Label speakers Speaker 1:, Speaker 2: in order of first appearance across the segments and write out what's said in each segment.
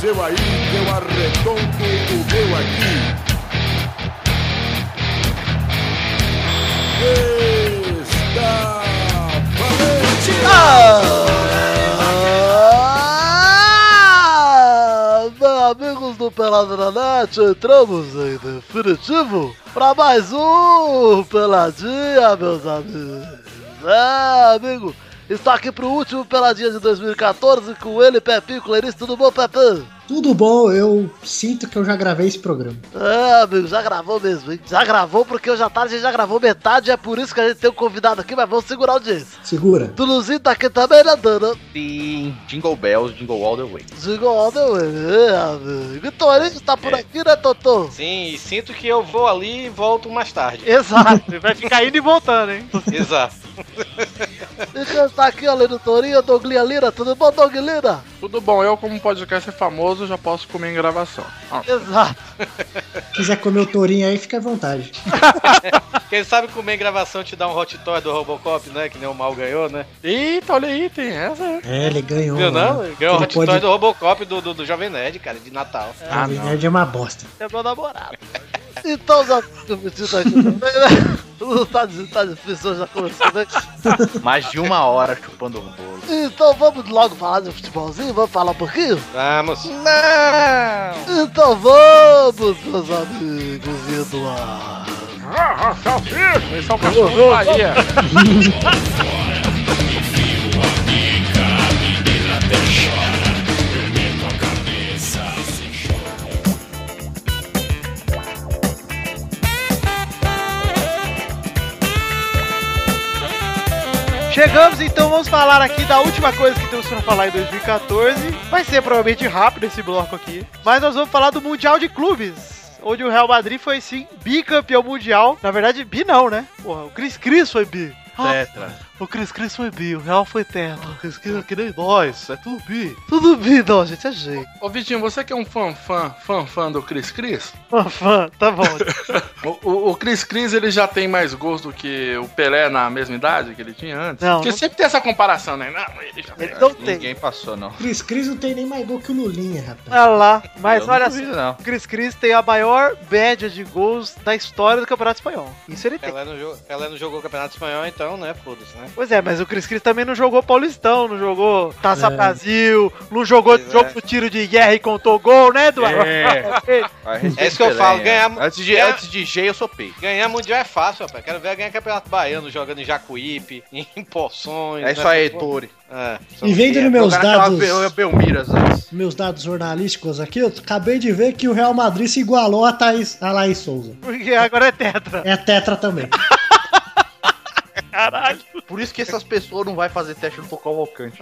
Speaker 1: seu aí, eu arredondo o meu aqui. Está valente!
Speaker 2: Ah! Bem, Amigos do Pelada na Net, entramos em definitivo para mais um Peladinha, meus amigos. É, amigo, está aqui pro último Peladinha de 2014 com ele, Pepinho Cleris. Tudo bom, Pepinho?
Speaker 3: Tudo bom, eu sinto que eu já gravei esse programa.
Speaker 2: É, amigo, já gravou mesmo, hein? Já gravou porque hoje à tarde a gente já gravou metade, é por isso que a gente tem um convidado aqui, mas vamos segurar a audiência.
Speaker 3: Segura.
Speaker 2: Tuluzinho tá aqui também, né, Dana?
Speaker 4: Sim, Jingle Bells, Jingle All the Way.
Speaker 2: Jingle All the Way, é, amigo. E Torinho tá por aqui, né, Totô?
Speaker 5: Sim, e sinto que eu vou ali e volto mais tarde.
Speaker 2: Exato.
Speaker 6: Vai ficar indo e voltando, hein?
Speaker 5: Exato.
Speaker 2: E quem tá aqui, além do Torinho, Doglinha Lira. Tudo bom, Dog Lira?
Speaker 7: Tudo bom, eu como podcaster famoso já posso comer em gravação. Ah,
Speaker 2: Exato.
Speaker 3: Quiser comer o tourinho aí, fica à vontade.
Speaker 5: Quem sabe comer em gravação te dá um hot toy do Robocop, né? Que nem o mal ganhou, né?
Speaker 7: Eita, olha aí, tem essa. né?
Speaker 3: É, ele ganhou.
Speaker 5: Viu não?
Speaker 3: mano.
Speaker 5: Ganhou um
Speaker 3: Ele
Speaker 5: hot
Speaker 3: pode-
Speaker 5: toy do Robocop do, do, do Jovem Nerd, cara, de Natal.
Speaker 3: Ah, o Nerd é uma bosta.
Speaker 2: É meu namorado. Então, já tá aqui também, né? Não tá, tá difícil, já começou, né?
Speaker 4: Mais de uma hora chupando um bolo.
Speaker 2: Então vamos logo falar de futebolzinho? Vamos falar um pouquinho?
Speaker 5: Vamos.
Speaker 2: Então vamos, meus amigos, e do ar.
Speaker 7: Ah, ah, salsicha! Esse é o cachorro do Bahia.
Speaker 6: Chegamos, então vamos falar aqui da última coisa que temos pra falar em 2014. Vai ser provavelmente rápido esse bloco aqui. Mas nós vamos falar do Mundial de Clubes. Onde o Real Madrid foi sim bicampeão mundial. Na verdade, bi não, né? Porra, o Cris Cris foi bi. Ah,
Speaker 4: Tetra.
Speaker 6: O Cris Cris foi bi, o Real foi tetra. O Cris Cris é que nem nós, é tudo bi. Tudo bi, não, gente, é gente.
Speaker 7: Ô Vitinho, você que é um fã, fã, fã, fã do Cris Cris,
Speaker 6: Fã, fã, tá bom.
Speaker 7: o, o, o Cris Cris ele já tem mais gols do que o Pelé na mesma idade que ele tinha antes?
Speaker 6: Não,
Speaker 7: Porque
Speaker 6: não-
Speaker 7: sempre tem essa comparação, né? Não, ele já
Speaker 2: Ele não tem.
Speaker 4: Ninguém passou, não.
Speaker 3: Cris Cris não tem nem mais gol que o Lulinha, rapaz.
Speaker 6: Olha tá lá, mas
Speaker 4: Eu não
Speaker 6: olha só.
Speaker 4: duvido, não.
Speaker 6: O Cris Cris tem a maior média de gols da história do Campeonato Espanhol. Isso ele tem.
Speaker 5: Ela não, jo- ela é não jogou o Campeonato Espanhol, então, né? Foda-se, né?
Speaker 6: Pois é, mas o Cris Cris também não jogou Paulistão, não jogou Taça
Speaker 3: É.
Speaker 6: Brasil, não jogou
Speaker 5: Pois
Speaker 6: jogo
Speaker 5: é.
Speaker 6: do tiro de guerra e contou gol, né, Eduardo?
Speaker 4: Vai, respeita
Speaker 5: É isso que eu
Speaker 4: Pelé,
Speaker 5: falo,
Speaker 4: hein?
Speaker 5: ganhar-
Speaker 4: Antes de,
Speaker 5: ganhar-
Speaker 4: antes de G, eu sou P.
Speaker 5: Ganhar Mundial é fácil, rapaz. Quero ver ela ganhar Campeonato Baiano jogando em Jacuípe, em Poções. né? É,
Speaker 4: É isso aí, Tori.
Speaker 3: E vendo nos
Speaker 4: Meu
Speaker 3: meus
Speaker 4: cara tava
Speaker 3: dados,
Speaker 4: Bel- Belmiras antes.
Speaker 3: meus dados jornalísticos aqui, eu acabei de ver que o Real Madrid se igualou a, Thaís, a Laís Souza.
Speaker 6: Porque agora é tetra.
Speaker 3: É tetra também.
Speaker 4: Por isso que essas pessoas não vão fazer teste no Focal Volcante.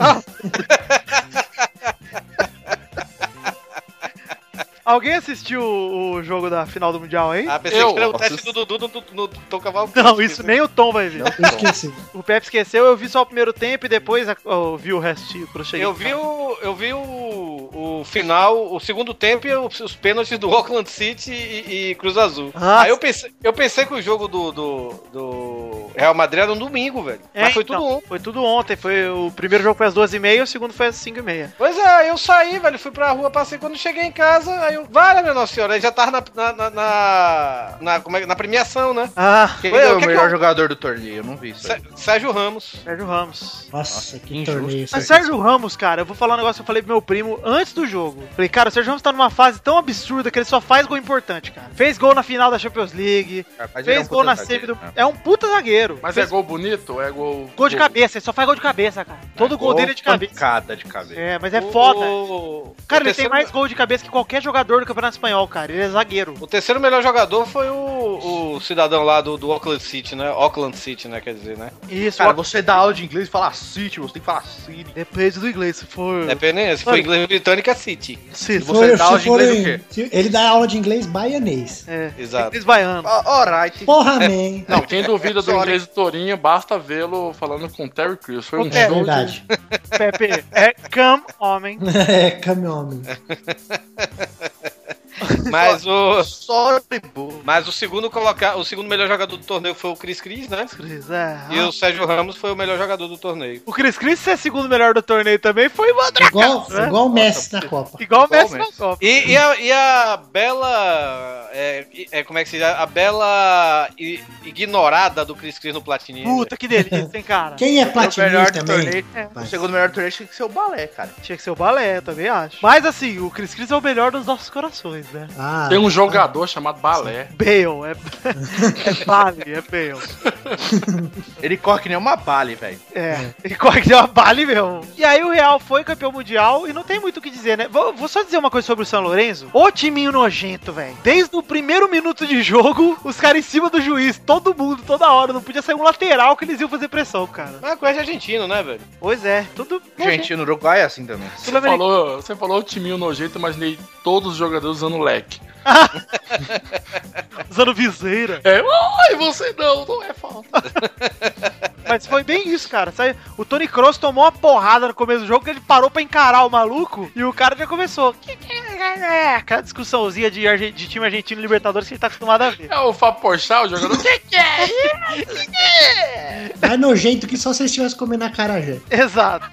Speaker 6: Alguém assistiu o o jogo da final do Mundial aí?
Speaker 5: Ah, pensei
Speaker 7: Eu-
Speaker 5: que era o teste do Dudu no, no, no Tom Cavalcante.
Speaker 6: Não, isso nem o Tom vai ver.
Speaker 3: Eu esqueci.
Speaker 6: O Pepe esqueceu, eu vi só o primeiro tempo e depois a- eu vi o restinho quando eu cheguei.
Speaker 5: Eu
Speaker 6: em
Speaker 5: vi
Speaker 6: casa.
Speaker 5: o, eu vi o, o final, o segundo tempo e os, os pênaltis do Auckland City e, e Cruz Azul.
Speaker 6: Ah,
Speaker 5: Aí eu pensei, eu pensei que o jogo do, do, do Real Madrid era no domingo, velho.
Speaker 6: É,
Speaker 5: Mas foi
Speaker 6: então,
Speaker 5: tudo um.
Speaker 6: Foi tudo ontem. Foi o primeiro jogo foi às 12h30 e o segundo foi às 5h30.
Speaker 5: Pois é, eu saí, velho, fui pra rua, passei quando cheguei em casa, aí eu, vale, minha nossa senhora, aí já tava na, na, na, na, na- como é que- na premiação, né?
Speaker 6: Ah,
Speaker 4: Quem
Speaker 5: Ué,
Speaker 4: é
Speaker 5: o
Speaker 4: o
Speaker 5: que que
Speaker 4: melhor
Speaker 5: eu-
Speaker 4: jogador do torneio? Eu não vi isso. aí.
Speaker 5: Sé- Sérgio Ramos.
Speaker 6: Sérgio Ramos.
Speaker 3: Nossa, que
Speaker 4: injusto
Speaker 3: torneio.
Speaker 4: isso
Speaker 6: Mas
Speaker 3: Mas
Speaker 6: Sérgio Ramos, cara, eu vou falar um negócio que eu falei pro meu primo antes do jogo. Falei, cara, o Sérgio Ramos tá numa fase tão absurda que ele só faz gol importante, cara. Fez gol na final da Champions League,
Speaker 4: Capaz de ele é um
Speaker 6: fez gol
Speaker 4: puta
Speaker 6: na semi
Speaker 4: zagueiro,
Speaker 6: do.
Speaker 4: né?
Speaker 6: É um puta zagueiro.
Speaker 7: Mas é
Speaker 6: Fez
Speaker 7: gol bonito ou é gol...
Speaker 6: gol de cabeça, ele só faz gol de cabeça, cara. Todo gol, dele é de cabeça.
Speaker 4: Pancada de cabeça.
Speaker 6: É, mas é
Speaker 5: O-
Speaker 6: foda.
Speaker 5: o-
Speaker 6: Cara,
Speaker 5: o
Speaker 6: ele tem
Speaker 5: terceiro-
Speaker 6: mais gol de cabeça que qualquer jogador do Campeonato Espanhol, cara. Ele é zagueiro.
Speaker 5: O terceiro melhor jogador foi o, o cidadão lá do, do Auckland City, né? Auckland City, né? Quer dizer, né?
Speaker 6: Isso,
Speaker 4: Cara,
Speaker 6: ó.
Speaker 4: você dá aula de inglês e fala City, você tem que falar City.
Speaker 6: Depende do inglês, se for.
Speaker 5: Dependendo, se foi inglês britânico é City.
Speaker 6: Se
Speaker 4: você dá aula de inglês
Speaker 3: em-
Speaker 4: o quê?
Speaker 3: se- ele dá aula de inglês baianês.
Speaker 6: É.
Speaker 5: Exato.
Speaker 6: Inglês baiano.
Speaker 4: Ah. Alright.
Speaker 3: Porra, man.
Speaker 7: Não, quem duvida do
Speaker 4: Sorry.
Speaker 7: inglês do Torinho, basta vê-lo falando com o Terry Crews. Foi um
Speaker 6: Com Terry,
Speaker 3: É
Speaker 7: show de-
Speaker 3: verdade.
Speaker 6: Pepe, é cam homem.
Speaker 3: É, caminhão.
Speaker 5: Mas o,
Speaker 4: Só Bull.
Speaker 5: mas o segundo colocar, o segundo melhor jogador do torneio foi o Cris Cris, né?
Speaker 6: Cris, é.
Speaker 5: E
Speaker 4: Ah.
Speaker 5: o Sérgio Ramos foi o melhor jogador do torneio.
Speaker 6: O Cris Cris ser segundo melhor do torneio também foi uma draga.
Speaker 3: Igual,
Speaker 4: É.
Speaker 6: né?
Speaker 3: igual o Messi na Copa.
Speaker 6: Igual o
Speaker 4: Igual
Speaker 6: Messi
Speaker 4: o
Speaker 6: na
Speaker 4: Messi.
Speaker 6: Copa.
Speaker 5: E, e a, e a bela. É, é, como é que se diz? A bela i- ignorada do Cris Cris no Platini.
Speaker 6: Puta, que delícia, hein, cara.
Speaker 3: Quem é
Speaker 4: O melhor
Speaker 3: platinista
Speaker 4: do
Speaker 3: também?
Speaker 4: torneio. é
Speaker 3: Vai.
Speaker 4: O segundo melhor do torneio tinha que ser o balé, cara.
Speaker 6: Tinha que ser o balé, eu também acho. Mas assim, o Cris Cris é o melhor dos nossos corações, né?
Speaker 3: Ah,
Speaker 7: Tem um jogador chamado Balé.
Speaker 6: Bale, é, é Bale, é Bale.
Speaker 4: Ele corre que nem uma bale, velho.
Speaker 6: É, e corre que deu uma Bale mesmo. E aí o Real foi campeão mundial e não tem muito o que dizer, né? Vou, vou só dizer uma coisa sobre o São Lourenço. Ô timinho nojento, velho. Desde o primeiro minuto de jogo, os caras em cima do juiz, todo mundo, toda hora, não podia sair um lateral que eles iam fazer pressão, cara.
Speaker 5: Mas coisa de argentino, né, velho?
Speaker 6: Pois é, tudo.
Speaker 4: Gente, no Uruguai é assim também.
Speaker 7: Você
Speaker 6: Sul-Americano.
Speaker 7: falou, você falou o timinho nojento, eu imaginei todos os jogadores usando leque.
Speaker 6: usando viseira.
Speaker 7: É, ai, você não, não é falta.
Speaker 6: Mas foi bem isso, cara. Sabe? O Tony Kroos tomou uma porrada no começo do jogo que ele parou pra encarar o maluco e o cara já começou. "Que que é?" Aquela discussãozinha de, argen- de time argentino e Libertadores que ele tá acostumado a ver.
Speaker 7: É o Fábio Porchat, o jogador.
Speaker 3: Mas é nojento que só se vocês tivessem comendo na cara já.
Speaker 6: Exato.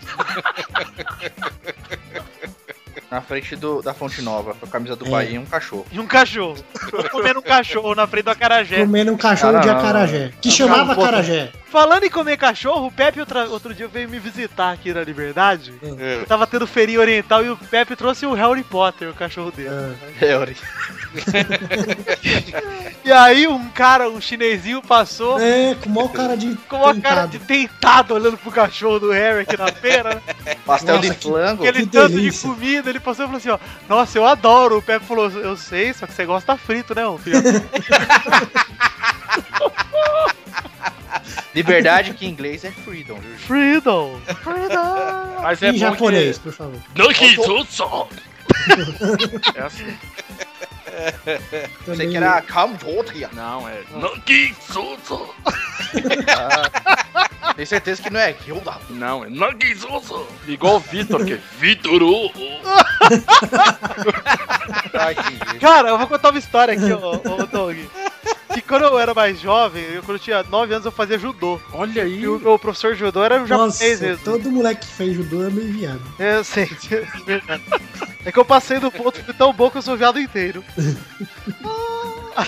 Speaker 4: Na frente do, da Fonte Nova, com a camisa do Bahia e um cachorro.
Speaker 6: E um cachorro. Tô comendo um cachorro na frente do acarajé.
Speaker 3: Comendo um cachorro de
Speaker 4: Caralho.
Speaker 3: acarajé. Que
Speaker 4: Não,
Speaker 3: chamava
Speaker 4: não, não.
Speaker 3: acarajé.
Speaker 6: Falando em comer cachorro, o Pepe outra- outro dia veio me visitar aqui na Liberdade.
Speaker 3: É.
Speaker 6: Eu tava tendo feirinha oriental e o Pepe trouxe o Harry Potter, o cachorro dele.
Speaker 3: É.
Speaker 4: Theory.
Speaker 6: E aí um cara, um chinesinho passou...
Speaker 3: É, com maior cara de.
Speaker 6: Com uma cara
Speaker 3: tentado.
Speaker 6: de tentado olhando pro cachorro do Harry aqui na feira, né?
Speaker 4: Pastel
Speaker 3: Nossa,
Speaker 4: de
Speaker 3: que-
Speaker 4: flango.
Speaker 6: Aquele
Speaker 3: que
Speaker 6: tanto
Speaker 3: delícia.
Speaker 6: de comida, ele passou e falou assim, ó, nossa, eu adoro. O Pepe falou, eu sei, só que você gosta frito, né, ô filho?
Speaker 4: Liberdade que em inglês é freedom, viu?
Speaker 6: Freedom! Freedom!
Speaker 7: Mas é
Speaker 3: Em
Speaker 7: bom
Speaker 3: japonês, por favor.
Speaker 7: que... Não que isso só. É assim.
Speaker 4: Pensei
Speaker 3: Também
Speaker 4: que era calm Rotia.
Speaker 7: Não, é... Não que isso só.
Speaker 4: Tenho certeza que não é Gilda.
Speaker 7: Não, é Nagizuzu. Igual o Vitor, que é Vitor U.
Speaker 4: Ai, que
Speaker 6: Cara, eu vou contar uma história aqui, ô, ô Doug. Que quando eu era mais jovem, eu, quando eu tinha 9 anos, eu fazia judô.
Speaker 7: Olha aí.
Speaker 6: E o meu professor de judô era um
Speaker 3: Nossa,
Speaker 6: japonês mesmo.
Speaker 3: todo moleque que fez judô é meio viado.
Speaker 6: Eu sei, é verdade. É que eu passei do ponto de tão bom que eu sou viado inteiro. Ah,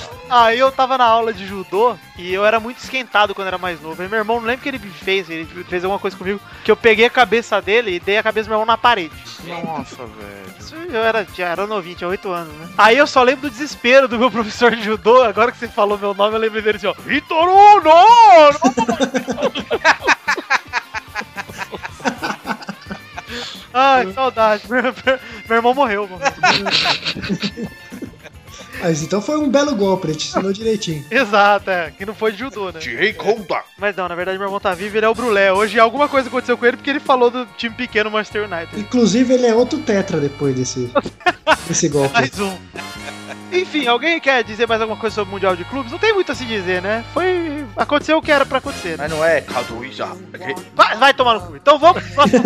Speaker 6: Aí eu tava na aula de judô e eu era muito esquentado quando era mais novo. Aí meu irmão, não lembro o que ele me fez, ele fez alguma coisa comigo, que eu peguei a cabeça dele e dei a cabeça do meu irmão na parede.
Speaker 7: Nossa, velho.
Speaker 6: Isso eu era, já era novinho, tinha 8 anos, né? Aí eu só lembro do desespero do meu professor de judô, agora que você falou meu nome, eu lembrei dele assim, ó, Vitoru, não! não!" Ai, que saudade. Meu, meu- meu irmão morreu, mano.
Speaker 3: Mas então foi um belo golpe, ele te ensinou direitinho.
Speaker 6: Exato, é. Que não foi de judô, né?
Speaker 4: Jay Golda.
Speaker 6: Mas não, na verdade meu irmão tá vivo, ele é o Brulé. Hoje alguma coisa aconteceu com ele porque ele falou do time pequeno Manchester United.
Speaker 3: Inclusive, ele é outro tetra depois desse, desse golpe.
Speaker 6: Mais um. Enfim, alguém quer dizer mais alguma coisa sobre o Mundial de Clubes? Não tem muito a se dizer, né? Foi. Aconteceu o que era pra acontecer, né?
Speaker 4: Mas não é Kaduiza. É que-
Speaker 6: Vai, vai tomar no cu. Então vamos pro próximo.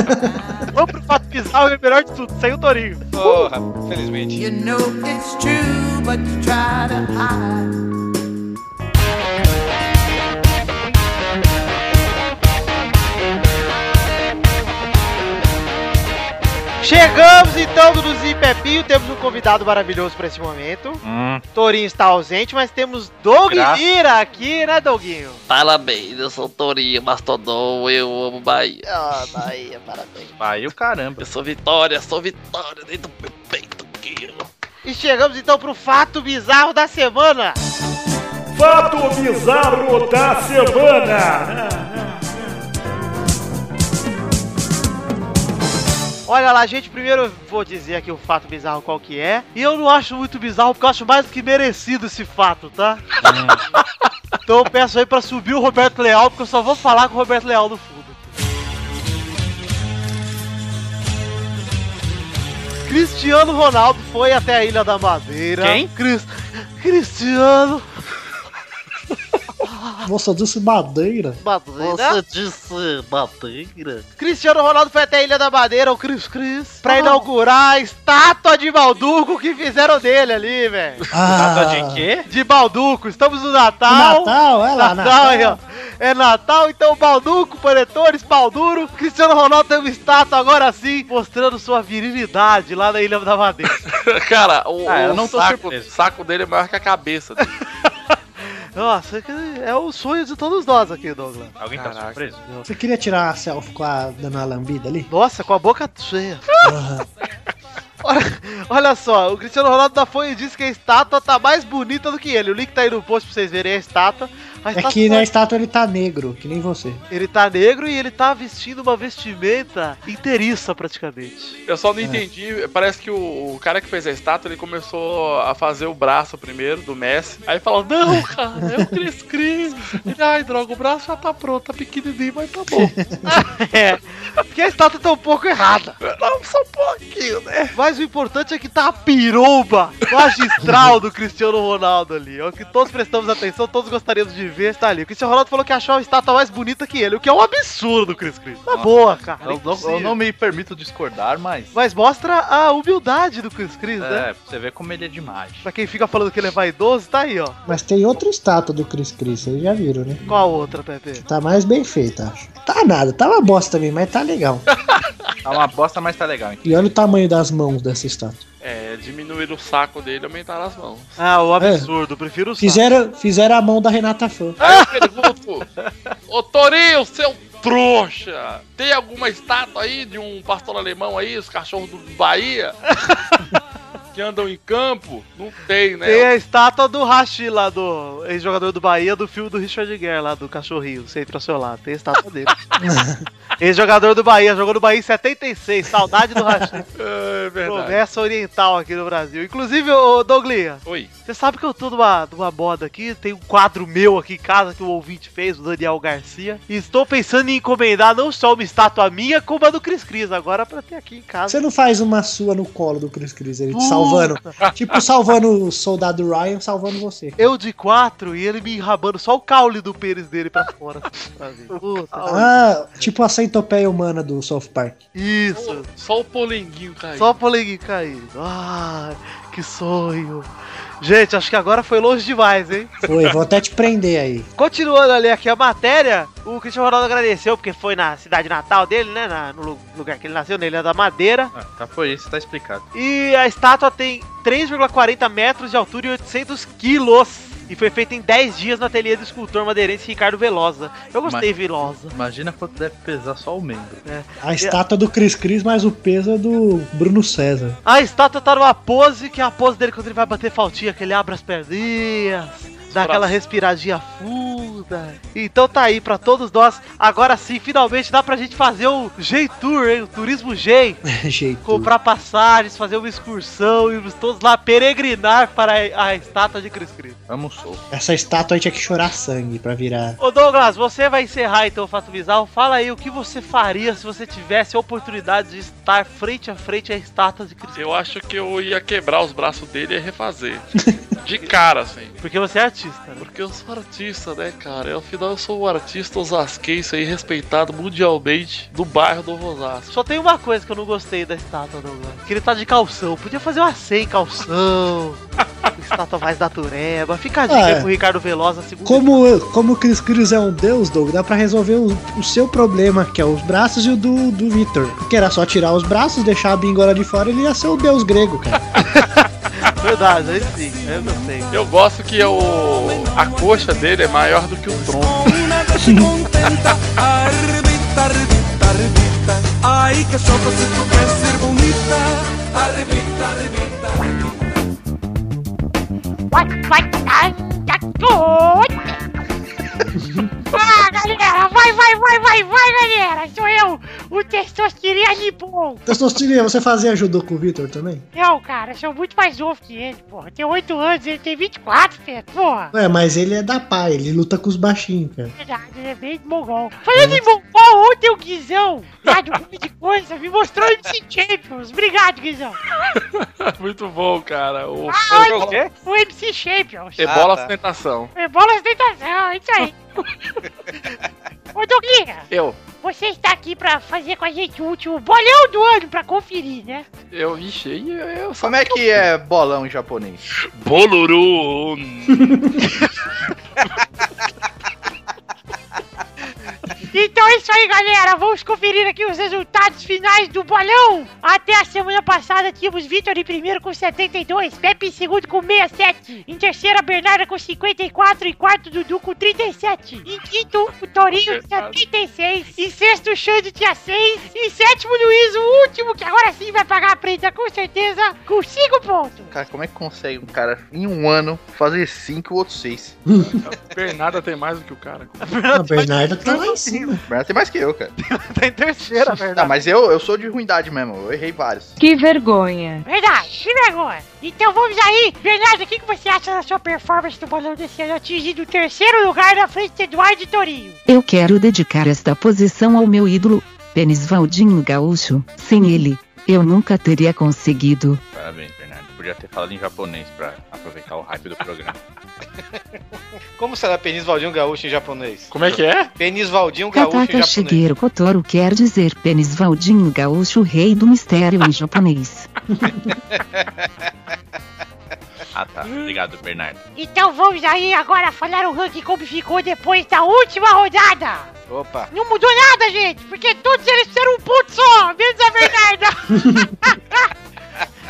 Speaker 6: vamos pro fato bizarro e o melhor de tudo, sem o Torinho.
Speaker 5: Porra, felizmente.
Speaker 8: You know it's true, but you try to hide.
Speaker 6: Chegamos então, Duduzinho e Pepinho. Temos um convidado maravilhoso pra esse momento. Torinho está ausente, mas temos Doug
Speaker 4: Graças-
Speaker 6: Lira aqui, né, Douguinho?
Speaker 9: Parabéns, eu sou Torinho Mastodon, eu amo Bahia. Ah, Bahia, parabéns.
Speaker 4: Vai o caramba.
Speaker 9: Eu sou Vitória, sou Vitória dentro do meu peito, Guinho.
Speaker 6: E chegamos então pro fato bizarro da semana. Olha lá, gente, primeiro eu vou dizer aqui o fato bizarro qual que é. E eu não acho muito bizarro, porque eu acho mais do que merecido esse fato, tá? então eu peço aí pra subir o Roberto Leal, porque eu só vou falar com o Roberto Leal no fundo. Cristiano Ronaldo foi até a Ilha da Madeira. Quem? Cristiano.
Speaker 3: Nossa, eu disse madeira.
Speaker 9: Você
Speaker 6: Madeira.
Speaker 9: disse madeira?
Speaker 6: Cristiano Ronaldo foi até a Ilha da Madeira, o Cris Cris, pra inaugurar a estátua de Balduco que fizeram dele ali, velho.
Speaker 5: Nada
Speaker 3: Ah,
Speaker 5: de quê?
Speaker 6: De Balduco, estamos no Natal. Ah,
Speaker 3: Natal, é lá,
Speaker 6: Natal, aí, ó. É Natal, então Balduco, Panetones, pau duro. Cristiano Ronaldo tem uma estátua agora sim, mostrando sua virilidade lá na Ilha da Madeira.
Speaker 7: Cara, o,
Speaker 5: Ah, eu
Speaker 7: o
Speaker 5: não tô
Speaker 7: saco,
Speaker 5: surpreso.
Speaker 7: saco dele é maior que a cabeça dele.
Speaker 6: Nossa, que é o sonho de todos nós aqui, Douglas.
Speaker 5: Alguém tá
Speaker 7: Caraca.
Speaker 5: surpreso?
Speaker 3: Você queria tirar uma selfie com a dando uma lambida ali?
Speaker 6: Nossa, com a boca cheia.
Speaker 3: Aham.
Speaker 6: Olha, olha só, o Cristiano Ronaldo da foi e disse que a estátua tá mais bonita do que ele. O link tá aí no post pra vocês verem a estátua. A
Speaker 3: É
Speaker 6: estátua
Speaker 3: que
Speaker 6: tá-
Speaker 3: na estátua ele tá negro, que nem você.
Speaker 6: Ele tá negro e ele tá vestindo uma vestimenta inteiriça praticamente.
Speaker 7: Eu só não entendi. Parece que o, o cara que fez a estátua, ele começou a fazer o braço primeiro do Messi. Aí falou, não, cara, é o Cris Cris. Ele, Ai, droga, o braço já tá pronto, tá pequenininho, mas tá bom.
Speaker 6: É, porque a estátua tá um pouco errada.
Speaker 7: não, só um pouquinho, né?
Speaker 6: Mas o importante é que tá a piromba magistral do Cristiano Ronaldo ali. É o que todos prestamos atenção, todos gostaríamos de ver, tá ali. O Cristiano Ronaldo falou que achou a estátua mais bonita que ele, o que é um absurdo, Cris Cris. Tá boa, cara.
Speaker 4: Eu não, eu
Speaker 6: impossível.
Speaker 4: não me permito discordar, mas.
Speaker 6: Mas mostra a humildade do Chris Cris, né?
Speaker 4: É, pra você ver como ele é demais.
Speaker 6: Pra quem fica falando que ele é vaidoso, tá aí, ó.
Speaker 3: Mas tem outra estátua do Chris Chris, vocês já viram, né?
Speaker 6: Qual a outra, Pepe?
Speaker 3: Tá mais bem feita, acho. Tá nada, tá uma bosta também, mas tá legal.
Speaker 4: Tá uma bosta, mas tá legal, hein?
Speaker 3: E olha o tamanho das mãos dessa estátua.
Speaker 7: É, diminuir o saco dele e aumentar as mãos.
Speaker 6: Ah, o absurdo. Prefiro o saco.
Speaker 3: Fizeram, fizeram a mão da Renata Fã.
Speaker 7: Aí eu pergunto, ô Torinho, seu trouxa, tem alguma estátua aí de um pastor alemão aí, os cachorros do Bahia? que andam em campo? Não tem, né?
Speaker 6: Tem a estátua do Hashi lá, do ex-jogador do Bahia, do filme do Richard Gere lá, do cachorrinho, sempre ao seu lado. Tem a estátua dele. ex-jogador do Bahia, jogou no Bahia em 76. Saudade do Hashi.
Speaker 7: É verdade.
Speaker 6: Promessa oriental aqui no Brasil. Inclusive, ô Douglinha,
Speaker 7: Oi.
Speaker 6: Você sabe que eu tô numa, numa moda aqui, tem um quadro meu aqui em casa que o ouvinte fez, o Daniel Garcia. E estou pensando em encomendar não só uma estátua minha, como a do Cris Cris, agora pra ter aqui em casa.
Speaker 3: Você não faz uma sua no colo do Chris Chris, ele te salvando. Tipo salvando o soldado Ryan, salvando você.
Speaker 6: Eu de quatro e ele me enrabando só o caule do pênis dele pra fora. assim, pra ver. Puta,
Speaker 3: Ah, tipo a centopeia humana do South Park.
Speaker 6: isso.
Speaker 7: Só o polenguinho caiu.
Speaker 6: Só o poleguinho cair. Ah, que sonho. Gente, acho que agora foi longe demais, hein?
Speaker 3: Foi, vou até te prender aí.
Speaker 6: Continuando ali aqui a matéria, o Cristiano Ronaldo agradeceu porque foi na cidade natal dele, né? na- no lu- lugar que ele nasceu, na Ilha da Madeira.
Speaker 4: Ah, tá por isso, tá explicado.
Speaker 6: E a estátua tem 3,40 metros de altura e 800 quilos. E foi feita em 10 dias no ateliê do escultor madeirense Ricardo Velosa. Eu gostei, Velosa.
Speaker 4: Imagina quanto deve pesar só o membro.
Speaker 3: A estátua do Chris Chris, mas o peso é do Bruno César.
Speaker 6: A estátua tá numa pose, que é a pose dele quando ele vai bater faltinha, que ele abre as perninhas, dá aquela respiradinha funda. Então tá aí pra todos nós. Agora sim, finalmente dá pra gente fazer o J-Tour, hein? O Turismo J.
Speaker 3: É Jeito.
Speaker 6: Comprar passagens, fazer uma excursão, irmos todos lá peregrinar para a a estátua de Cris Cris.
Speaker 4: Vamos sou.
Speaker 3: Essa estátua aí tinha que chorar sangue pra virar.
Speaker 6: Ô Douglas, você vai encerrar então o Fato Bizarro. Fala aí o que você faria se você tivesse a oportunidade de estar frente a frente à estátua de Cristo.
Speaker 7: Eu acho que eu ia quebrar os braços dele e refazer. De cara, assim.
Speaker 6: Porque você é artista, né?
Speaker 7: Porque eu sou artista, né, cara? Afinal, eu sou o artista osasquense aí, respeitado mundialmente do bairro do Osasco.
Speaker 6: Só tem uma coisa que eu não gostei da estátua, Douglas. Que ele tá de calção. Podia fazer uma sem calção. estátua mais natureba. Fica a dica
Speaker 3: Ah, é.
Speaker 6: aí pro Ricardo Velosa, segundo.
Speaker 3: Como, como o Chris Chris é um deus, Doug, dá pra resolver o, o seu problema, que é os braços e o do, do Victor. Porque era só tirar os braços, deixar a bingora de fora, ele ia ser o deus grego, cara.
Speaker 6: Verdade, aí sim. Eu gostei.
Speaker 7: Eu gosto que é o a coxa dele é maior do que o tronco.
Speaker 8: nada se contenta. Arrebita, arrebita, arrebita. Ai, que só você quer ser bonita. Arrebita, arrebita.
Speaker 10: What, what, ai, tá doido. Ah, galera, vai, vai, vai, vai, vai, galera. Sou eu, o testosterone bom.
Speaker 3: Testosteria, você fazia judô com o Victor também?
Speaker 10: Não, cara, eu sou muito mais novo que ele, porra. Eu tenho 8 anos, ele tem 24, Fê, porra.
Speaker 3: É, mas ele é da pá, ele luta com os baixinhos, cara.
Speaker 10: Verdade, ele é bem mongol. Falando em mongol, ontem eu quis Guizão, lá do Clube de Coisa, me mostrou o MC Champions. Obrigado, Guizão.
Speaker 7: Muito bom, cara. O
Speaker 10: Ah, o MC Champions.
Speaker 5: Ah,
Speaker 7: Ebola
Speaker 5: tá.
Speaker 7: ostentação.
Speaker 10: É bola ostentação, é isso aí. Ô, Douglinha,
Speaker 7: Eu,
Speaker 10: você está aqui pra fazer com a gente o último bolão do ano pra conferir, né?
Speaker 7: eu, ixi, aí eu, eu
Speaker 4: Como é que é bolão em japonês?
Speaker 7: Boluru!
Speaker 10: Então é isso aí, galera. Vamos conferir aqui os resultados finais do bolão. Até a semana passada tínhamos Vitor em primeiro com 72, Pepe em segundo com 67, em terceira Bernarda com 54 e quarto Dudu com 37. Em quinto, o Torinho com 76, em sexto, o Xande tinha 6, em sétimo, Luiz, o último, que agora sim vai pagar a preta com certeza, com 5 pontos.
Speaker 4: Cara, como é que consegue um cara em um ano fazer cinco e o outro seis?
Speaker 7: Bernarda tem mais do que o cara.
Speaker 3: A Bernarda tá lá em cima.
Speaker 4: Bernardo tem mais que eu, cara.
Speaker 6: Tá em terceira,
Speaker 4: Não,
Speaker 6: verdade.
Speaker 4: mas eu, eu sou de ruindade mesmo, eu errei vários.
Speaker 11: Que vergonha.
Speaker 10: Verdade, que vergonha. Então vamos aí. Bernardo, o que, que você acha da sua performance do bolão desse ano, atingindo o terceiro lugar na frente de Eduardo e Torinho?
Speaker 11: Eu quero dedicar esta posição ao meu ídolo, Denis Valdinho Gaúcho. Sem ele, eu nunca teria conseguido.
Speaker 12: Parabéns, Bernardo. Podia ter falado em japonês pra aproveitar o hype do programa.
Speaker 5: Como será Penis Valdinho Gaúcho em japonês?
Speaker 7: Como é que é?
Speaker 5: Penis Valdinho
Speaker 11: Tá,
Speaker 5: Gaúcho em
Speaker 11: Kataka
Speaker 5: japonês.
Speaker 11: Shigeru Kotoro quer dizer Pênis Valdinho Gaúcho, rei do mistério em japonês.
Speaker 12: Ah, tá. Obrigado, Bernardo.
Speaker 10: Então vamos aí agora falar o ranking como ficou depois da última rodada.
Speaker 5: Opa.
Speaker 10: Não mudou nada, gente, porque todos eles fizeram um ponto só, menos a Bernarda.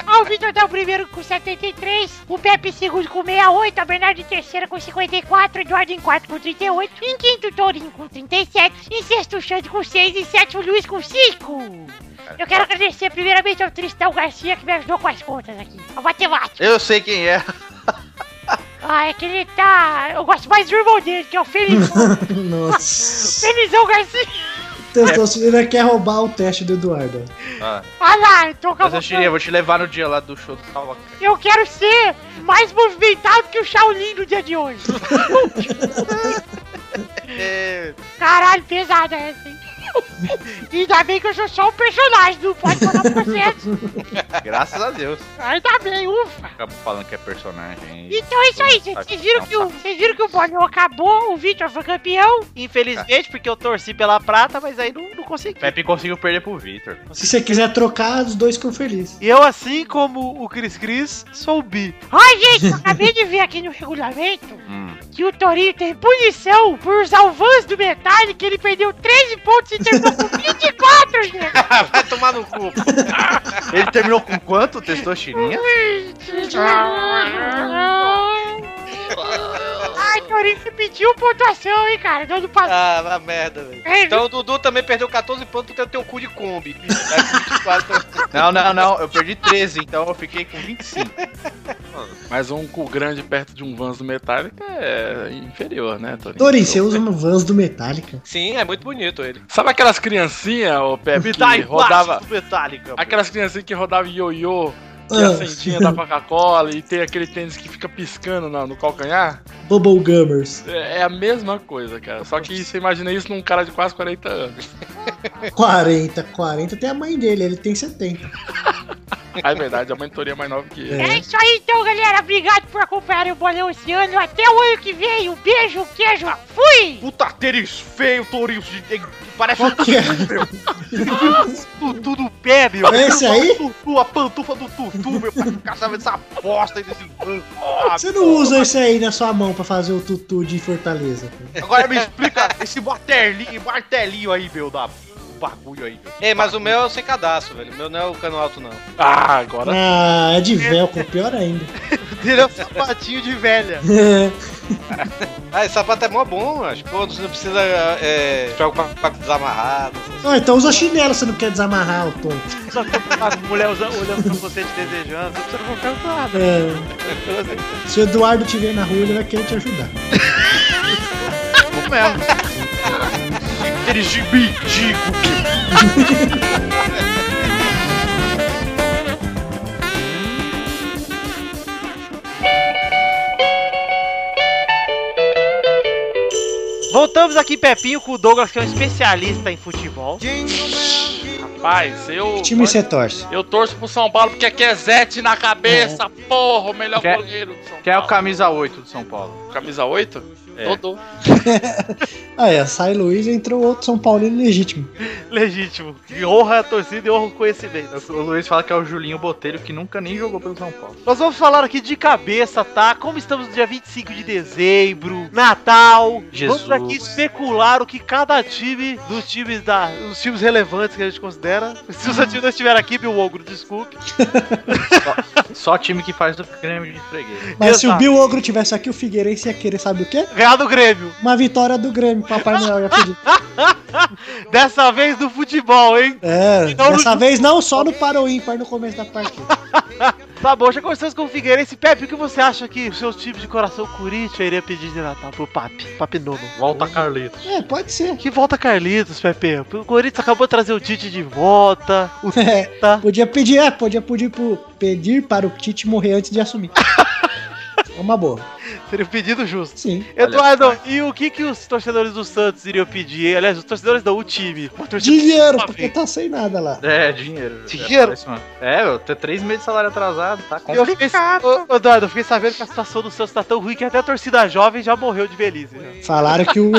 Speaker 10: Ah, O Vitor tá o primeiro com 73, o Pepe em segundo com 68, a Bernardo em terceira com 54, Eduardo em quarto com 38, em quinto o Tourinho com 37, em sexto o Xande com 6 e sétimo o Luiz com 5. Eu quero agradecer primeiramente ao Tristão Garcia que me ajudou com as contas aqui. A matemática.
Speaker 4: Eu sei quem é.
Speaker 10: Ah, é que ele tá. Eu gosto mais do irmão dele, que é o Felizão.
Speaker 3: Nossa.
Speaker 10: Felizão Garcia.
Speaker 3: Testosterona quer roubar o teste do Eduardo.
Speaker 4: Ah,
Speaker 10: Ah lá, eu tô com a
Speaker 4: mas eu te, eu vou te levar no dia lá do show do Salvacan.
Speaker 10: Eu quero ser mais movimentado que o Shaolin no dia de hoje. Caralho, pesada essa, hein? Ainda bem que eu sou só um personagem, não pode falar pra vocês.
Speaker 4: Graças a Deus.
Speaker 10: Ainda bem, ufa.
Speaker 12: Acabo falando que é personagem. e-
Speaker 10: Então é isso aí, gente. Vocês viram que o, vocês viram que o bolão acabou, o Victor foi campeão.
Speaker 6: Infelizmente, porque eu torci pela prata, mas aí não, não consegui.
Speaker 12: Pepe conseguiu perder pro Victor.
Speaker 3: Se você quiser trocar, os dois ficam felizes.
Speaker 6: E eu, assim como o Cris Cris, sou o bi.
Speaker 10: Ai, gente, eu acabei de ver aqui no regulamento
Speaker 12: Hum.
Speaker 10: que o Torinho tem punição por usar o Vans do Metallic, ele perdeu 13 pontos e terminou com 24, gente.
Speaker 5: Vai tomar no cu.
Speaker 4: Ele terminou com quanto? Testostirinha?
Speaker 10: Ai, Torinho, você pediu pontuação, hein, cara, do ano passado.
Speaker 5: Ah, vai merda, velho.
Speaker 10: Ei,
Speaker 5: Então o Dudu também perdeu 14 pontos porque tem o cu de Kombi. Tá
Speaker 4: Não, não, não. Eu perdi 13, então eu fiquei com 25.
Speaker 7: Mas um cu grande perto de um Vans do Metallica é inferior, né, Torinho?
Speaker 3: Torin, você usa uma Vans do Metallica.
Speaker 5: Sim, é muito bonito ele.
Speaker 7: Sabe aquelas criancinhas, ô Pepe,
Speaker 6: Me
Speaker 7: que
Speaker 6: dá em
Speaker 7: rodava...
Speaker 6: plástico metálica.
Speaker 7: Tá Aquelas criancinhas que rodavam ioiô, que
Speaker 3: Ah.
Speaker 7: acendinha da Coca-Cola e tem aquele tênis que fica piscando na- no calcanhar.
Speaker 3: Bubble Gummers.
Speaker 7: É, é a mesma coisa, cara. Só que você imagina isso num cara de quase 40 anos.
Speaker 3: 40, 40 tem a mãe dele, ele tem 70.
Speaker 7: Ah, é verdade, a mãe do Torinho é mais nova que ele.
Speaker 10: É isso aí, então, galera. Obrigado por acompanharem o bolão esse ano. Até o ano que vem. Um beijo, um queijo. Fui!
Speaker 4: Puta, tênis feio, Tourinho. Parece
Speaker 3: Qual que é?
Speaker 6: Tutu do pé, meu.
Speaker 3: É esse aí?
Speaker 4: Tutu, a pantufa do Tutu, meu pai. Caçava dessa bosta aí desse banco.
Speaker 6: Ah,
Speaker 3: Você não usa isso aí na sua mão pra fazer o tutu de Fortaleza.
Speaker 4: Agora me explica esse martelinho, martelinho aí, meu, da o bagulho aí, meu.
Speaker 5: Ei, mas o meu é o sem cadastro, velho. O meu não é o cano alto, não.
Speaker 7: Ah, agora.
Speaker 3: Ah, é de velcro, pior ainda.
Speaker 6: Ele é um sapatinho de velha.
Speaker 5: Ah, esse sapato é mó bom, acho. Pô, você não precisa é, é, jogar com o sapato desamarrado.
Speaker 3: Ah, então usa chinelo, você não quer desamarrar o tom.
Speaker 6: Só que as mulheres usa- olhando pra você te desejando, você não vai ficar nada.
Speaker 3: É. Se o Eduardo te ver na rua, ele vai querer te ajudar.
Speaker 4: Aquele gibi, digo.
Speaker 6: Voltamos Voltamos aqui, Pepinho, com o Douglas, que é um especialista em futebol.
Speaker 7: Rapaz, eu.
Speaker 3: Que time você torce?
Speaker 7: Eu torço pro São Paulo porque quer Zete na
Speaker 3: É.
Speaker 7: cabeça, porra, o melhor
Speaker 4: Quer-
Speaker 7: goleiro do São Paulo.
Speaker 4: Que é o É. camisa 8 do São Paulo.
Speaker 7: Camisa 8? Dodô.
Speaker 3: Aí, ó, sai Luiz entrou outro São Paulino legítimo.
Speaker 6: Legítimo. E honra a torcida e honra o conhecimento.
Speaker 4: O Luiz fala que é o Julinho Botelho, que nunca nem jogou pelo São Paulo.
Speaker 6: Nós vamos falar aqui de cabeça, tá? Como estamos no dia 25 de dezembro, Natal.
Speaker 4: Jesus.
Speaker 6: Vamos aqui especular o que cada time dos times da, dos times relevantes que a gente considera. Se os time não estiver aqui, Bill Ogro, desculpe.
Speaker 4: Só time que faz do Grêmio de freguês.
Speaker 3: Mas se o Bill Ogro tivesse aqui, o Figueirense ia querer, sabe o quê?
Speaker 6: Ganhar do Grêmio.
Speaker 3: Uma vitória do Grêmio, Papai Noel ia pedir.
Speaker 6: Dessa vez do futebol, hein?
Speaker 3: É,
Speaker 6: Então,
Speaker 3: dessa vez não só no Paro Ímpar no começo da partida.
Speaker 6: Tá bom, já começamos com o Figueirense. Pepe, o que você acha que o seu time de coração Corinthians iria pedir de Natal pro Papi? Papi Nono.
Speaker 4: Volta Carlitos.
Speaker 3: É, pode ser.
Speaker 6: Que volta Carlitos, Pepe. O Corinthians acabou de trazer o Tite de volta. O
Speaker 3: É,
Speaker 6: Tá.
Speaker 3: Podia pedir, é, podia pedir, pro, pedir para o Tite morrer antes de assumir. É uma boa.
Speaker 6: Seria um pedido justo.
Speaker 3: Sim.
Speaker 6: Eduardo, e o que, que os torcedores do Santos iriam pedir? Aliás, os torcedores não, o time. O torcedor-
Speaker 3: Dinheiro,
Speaker 6: Uma
Speaker 3: porque
Speaker 6: vez.
Speaker 3: tá sem nada lá.
Speaker 4: É, dinheiro.
Speaker 6: Dinheiro?
Speaker 4: É, parece uma- É, eu tenho três meses de salário atrasado, tá?
Speaker 6: Eu fiquei, Ô, Eduardo, eu fiquei sabendo que a situação do Santos tá tão ruim que até a torcida jovem já morreu de velhice. né?
Speaker 3: Falaram que o.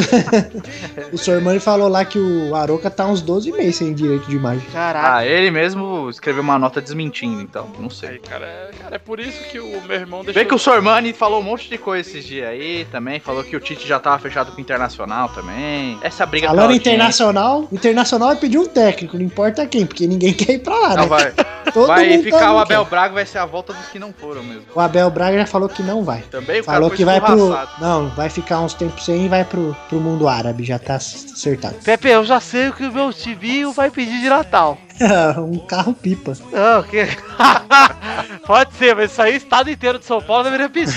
Speaker 3: o Sormani falou lá que o Aroca tá uns 12 meses sem direito de imagem.
Speaker 6: Caraca.
Speaker 4: Ah, ele mesmo escreveu uma nota desmentindo, então. Não sei.
Speaker 7: Cara, é, cara, é por isso que o meu irmão deixou.
Speaker 4: Vê que o Sormani falou um monte de coisa esses dias aí também. Falou que o Tite já tava fechado com o Internacional também. Essa briga
Speaker 3: Falando
Speaker 4: pela
Speaker 3: em
Speaker 4: audiência.
Speaker 3: internacional, internacional é pedir um técnico, não importa quem, porque ninguém quer ir pra lá, né?
Speaker 4: Não, então vai
Speaker 3: Todo
Speaker 4: vai
Speaker 3: mundo
Speaker 4: ficar
Speaker 3: tá-
Speaker 4: o Abel Braga, vai ser a volta dos que não foram mesmo.
Speaker 3: O Abel Braga já falou que não vai.
Speaker 4: Também o
Speaker 3: Falou
Speaker 4: cara foi
Speaker 3: que vai pro.
Speaker 4: escorraçado.
Speaker 3: Não, vai ficar uns tempos sem e vai pro, pro mundo árabe, já tá acertado.
Speaker 6: Pepe, eu já sei o que o meu timinho vai pedir de Natal.
Speaker 3: um carro pipa.
Speaker 6: Não, que... Pode ser, mas isso aí o estado inteiro de São Paulo deveria pedir.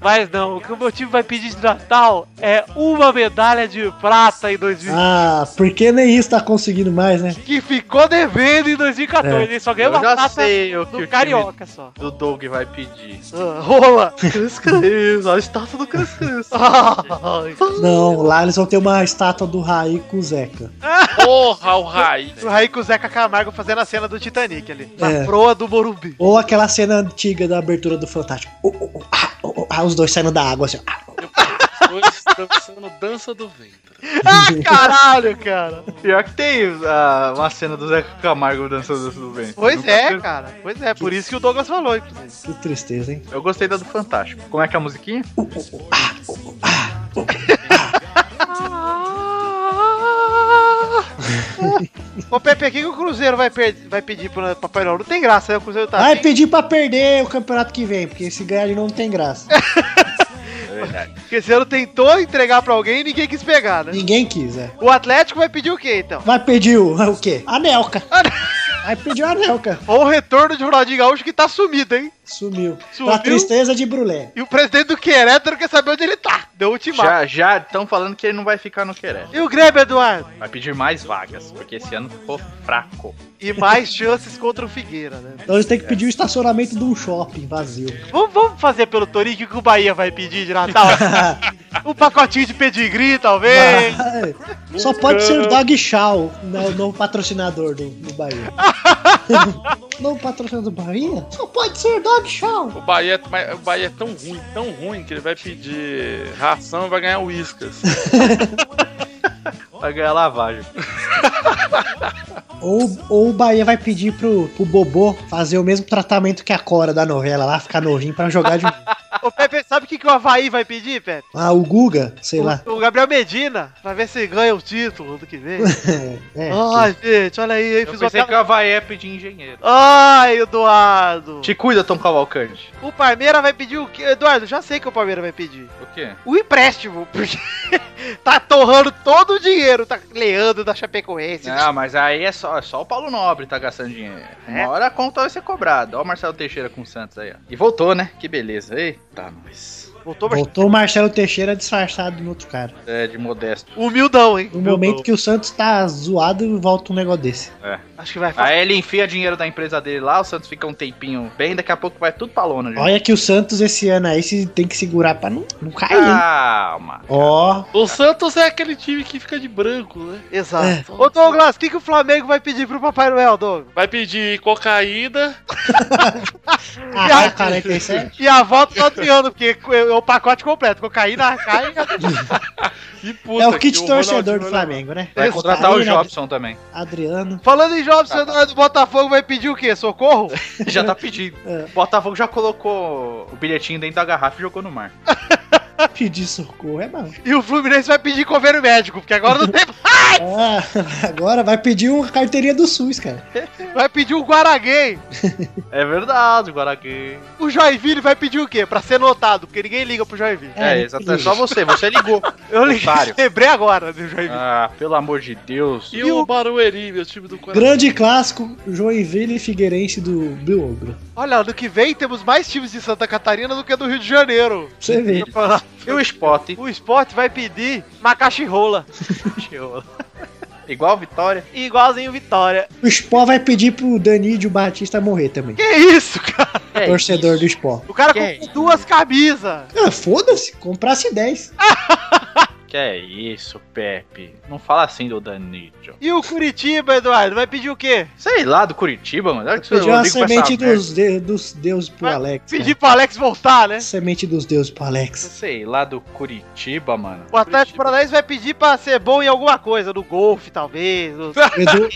Speaker 6: mas não, o que o meu time vai pedir de Natal é uma medalha de prata em 2015.
Speaker 3: Ah, porque nem isso tá conseguindo mais, né?
Speaker 6: que ficou devendo em 2014.
Speaker 3: É.
Speaker 6: Ele só ganhou
Speaker 4: Eu
Speaker 6: uma
Speaker 4: já
Speaker 6: taça
Speaker 4: sei o que o
Speaker 6: do
Speaker 4: time-
Speaker 6: Carioca só.
Speaker 4: Do Doug vai pedir.
Speaker 6: Ah, rola!
Speaker 4: Cris Cris, a estátua do Cris Cris.
Speaker 6: Ai.
Speaker 3: Não, lá eles vão ter uma estátua do Raí com o Zeca.
Speaker 7: Porra, o Raí.
Speaker 6: o Raí com o Zeca Camargo fazendo a cena do Titanic ali. Na
Speaker 3: É.
Speaker 6: proa do Morumbi.
Speaker 3: Ou aquela cena antiga da abertura do Fantástico. Oh, oh, oh, ah, oh, oh, ah, os dois saindo da água assim. ó. Ah,
Speaker 7: Dois dançando dança do vento.
Speaker 6: Ah, caralho, cara!
Speaker 4: Pior que tem ah, uma cena do Zeca Camargo dançando do bem.
Speaker 6: Pois
Speaker 4: Nunca
Speaker 6: é,
Speaker 4: vi-
Speaker 6: cara. Pois é, por isso que o Douglas falou, inclusive.
Speaker 3: que tristeza, hein?
Speaker 4: Eu gostei da do Fantástico. Como é que é a musiquinha?
Speaker 6: Ô, Pepe, o que que o Cruzeiro vai, per- vai pedir pro Papai Noel? Não tem graça, né? O Cruzeiro tá.
Speaker 3: Vai
Speaker 6: bem.
Speaker 3: pedir pra perder o campeonato que vem, porque se ganhar de novo não tem graça.
Speaker 6: Porque esse ano tentou entregar pra alguém e ninguém quis pegar, né?
Speaker 3: Ninguém quis, é.
Speaker 6: O Atlético vai pedir o quê, então?
Speaker 3: Vai pedir o, o quê? A Nelca. Vai pedir a Nelca.
Speaker 6: Ou o retorno de Ronaldinho Gaúcho que tá sumido, hein?
Speaker 3: Sumiu.
Speaker 6: Sumiu?
Speaker 3: A tristeza de Brulé.
Speaker 6: E o presidente do Querétaro não quer saber onde ele tá. Deu ultimato.
Speaker 4: Já já estão falando que ele não vai ficar no Querer.
Speaker 6: E o Grêmio, Eduardo?
Speaker 4: Vai pedir mais vagas, porque esse ano ficou fraco.
Speaker 6: E mais chances contra o Figueira, né?
Speaker 3: Então eles têm que pedir o estacionamento de um shopping vazio.
Speaker 6: Vamos, vamos fazer pelo Torinho o que o Bahia vai pedir de Natal? um pacotinho de pedigree, talvez.
Speaker 3: Vai. Só pode ser o Dog Shaw, né, o novo patrocinador do, do Bahia. novo patrocinador do Bahia? Só pode ser o Dog Shaw.
Speaker 7: O Bahia, mas o Bahia é tão ruim, tão ruim, que ele vai pedir ração e vai ganhar assim. uíscas.
Speaker 4: Vai ganhar lavagem.
Speaker 3: Ou, ou o Bahia vai pedir pro, pro Bobô fazer o mesmo tratamento que a Cora da novela lá, ficar novinho pra jogar de.
Speaker 6: Ô, Pepe, sabe o que, que o Havaí vai pedir, Pepe?
Speaker 3: Ah, o Guga, sei lá.
Speaker 6: O, o Gabriel Medina, pra ver se ganha o título do que vem.
Speaker 3: É,
Speaker 6: Ai, gente, olha aí, eu
Speaker 4: Eu
Speaker 6: fiz
Speaker 4: pensei
Speaker 6: uma...
Speaker 4: que o Havaí ia pedir engenheiro.
Speaker 6: Ai, Eduardo.
Speaker 4: Te cuida, Tom Cavalcante.
Speaker 6: O Palmeira vai pedir o quê? Eduardo, já sei que o Palmeira vai pedir.
Speaker 4: O quê?
Speaker 6: O empréstimo, porque tá torrando todo o dinheiro, tá leando da Chapecoense.
Speaker 4: Não, mas aí é só, é só o Paulo Nobre tá gastando dinheiro. Uma hora a conta vai ser cobrada. Ó o Marcelo Teixeira com o Santos aí, ó. E voltou, né? Que beleza. Eita, nós.
Speaker 6: Voltou, Marcelo.
Speaker 3: Voltou o Marcelo Teixeira disfarçado no outro cara.
Speaker 4: É, de modesto.
Speaker 6: Humildão, hein?
Speaker 3: No
Speaker 6: Humildão.
Speaker 3: Um momento que o Santos tá zoado, volta um negócio desse.
Speaker 4: É.
Speaker 6: Acho que vai
Speaker 4: Aí ele enfia dinheiro da empresa dele lá, o Santos fica um tempinho bem, daqui a pouco vai tudo pra lona. gente.
Speaker 3: Olha que o Santos esse ano aí se tem que segurar pra não, não cair.
Speaker 4: Ah.
Speaker 3: hein?
Speaker 4: Calma.
Speaker 3: Ó,
Speaker 7: O Santos é aquele time que fica de branco, né?
Speaker 6: Exato. Ô Douglas, o que, que o Flamengo vai pedir pro Papai Noel, Douglas?
Speaker 7: Vai pedir cocaína.
Speaker 3: ah, 47.
Speaker 6: E a volta todo ano, porque é o pacote completo. Cocaína, arcaia.
Speaker 7: E puta,
Speaker 3: É o kit
Speaker 7: que
Speaker 3: torcedor
Speaker 7: Ronaldinho
Speaker 3: do
Speaker 7: vai
Speaker 3: Flamengo, né?
Speaker 4: Vai contratar o
Speaker 3: Catarina,
Speaker 4: Jobson também.
Speaker 3: Adriano.
Speaker 6: Falando em Jobson, Eduardo do Botafogo vai pedir o quê? Socorro?
Speaker 4: Já tá pedindo.
Speaker 3: É.
Speaker 4: Botafogo já colocou o bilhetinho dentro da garrafa e jogou no mar.
Speaker 3: Pedir socorro é bom.
Speaker 6: E o Fluminense vai pedir coveiro médico, porque agora não tem.
Speaker 3: Ah, agora vai pedir uma carteirinha do SUS, cara.
Speaker 6: Vai pedir um o Guaraguei.
Speaker 4: É verdade, Guaragui.
Speaker 6: O Joinville vai pedir o quê? Pra ser notado, porque ninguém liga pro Joinville.
Speaker 4: É,
Speaker 3: né?
Speaker 4: exatamente. Só você, você ligou.
Speaker 6: Eu liguei,
Speaker 4: Otário.
Speaker 6: lembrei agora do Joinville.
Speaker 4: Ah, pelo amor de Deus.
Speaker 7: E, o Barueri, meu time do Guarani.
Speaker 3: Grande clássico, Joinville e Figueirense do Bilogro.
Speaker 6: Olha, ano que vem temos mais times de Santa Catarina do que do Rio de Janeiro.
Speaker 3: Pra você ver.
Speaker 4: E o Spot?
Speaker 6: O esporte vai pedir macaxi rola.
Speaker 4: Igual a Vitória?
Speaker 6: Igualzinho Vitória.
Speaker 3: O Spó vai pedir pro Danídio Batista morrer também.
Speaker 6: Que isso, cara?
Speaker 3: torcedor do Spó.
Speaker 6: O cara
Speaker 4: Que
Speaker 6: comprou duas camisas.
Speaker 3: Ah, foda-se, comprasse 10.
Speaker 4: Que é isso, Pepe? Não fala assim do Danilo.
Speaker 6: E o Curitiba, Eduardo, vai pedir o quê?
Speaker 4: Sei lá, do Curitiba, mano. Olha que
Speaker 3: Pediu
Speaker 4: eu
Speaker 3: uma
Speaker 4: ligo pra
Speaker 3: semente
Speaker 4: essa merda.
Speaker 3: dos, de- dos deuses pro
Speaker 6: Vai
Speaker 3: Alex.
Speaker 6: Pedir pro Alex voltar, né?
Speaker 3: cara. Semente dos deuses pro Alex.
Speaker 4: Sei lá, do Curitiba, mano.
Speaker 6: O Atlético Paranaense vai pedir pra ser bom em alguma coisa, no golfe, talvez. no-
Speaker 3: O, Edu-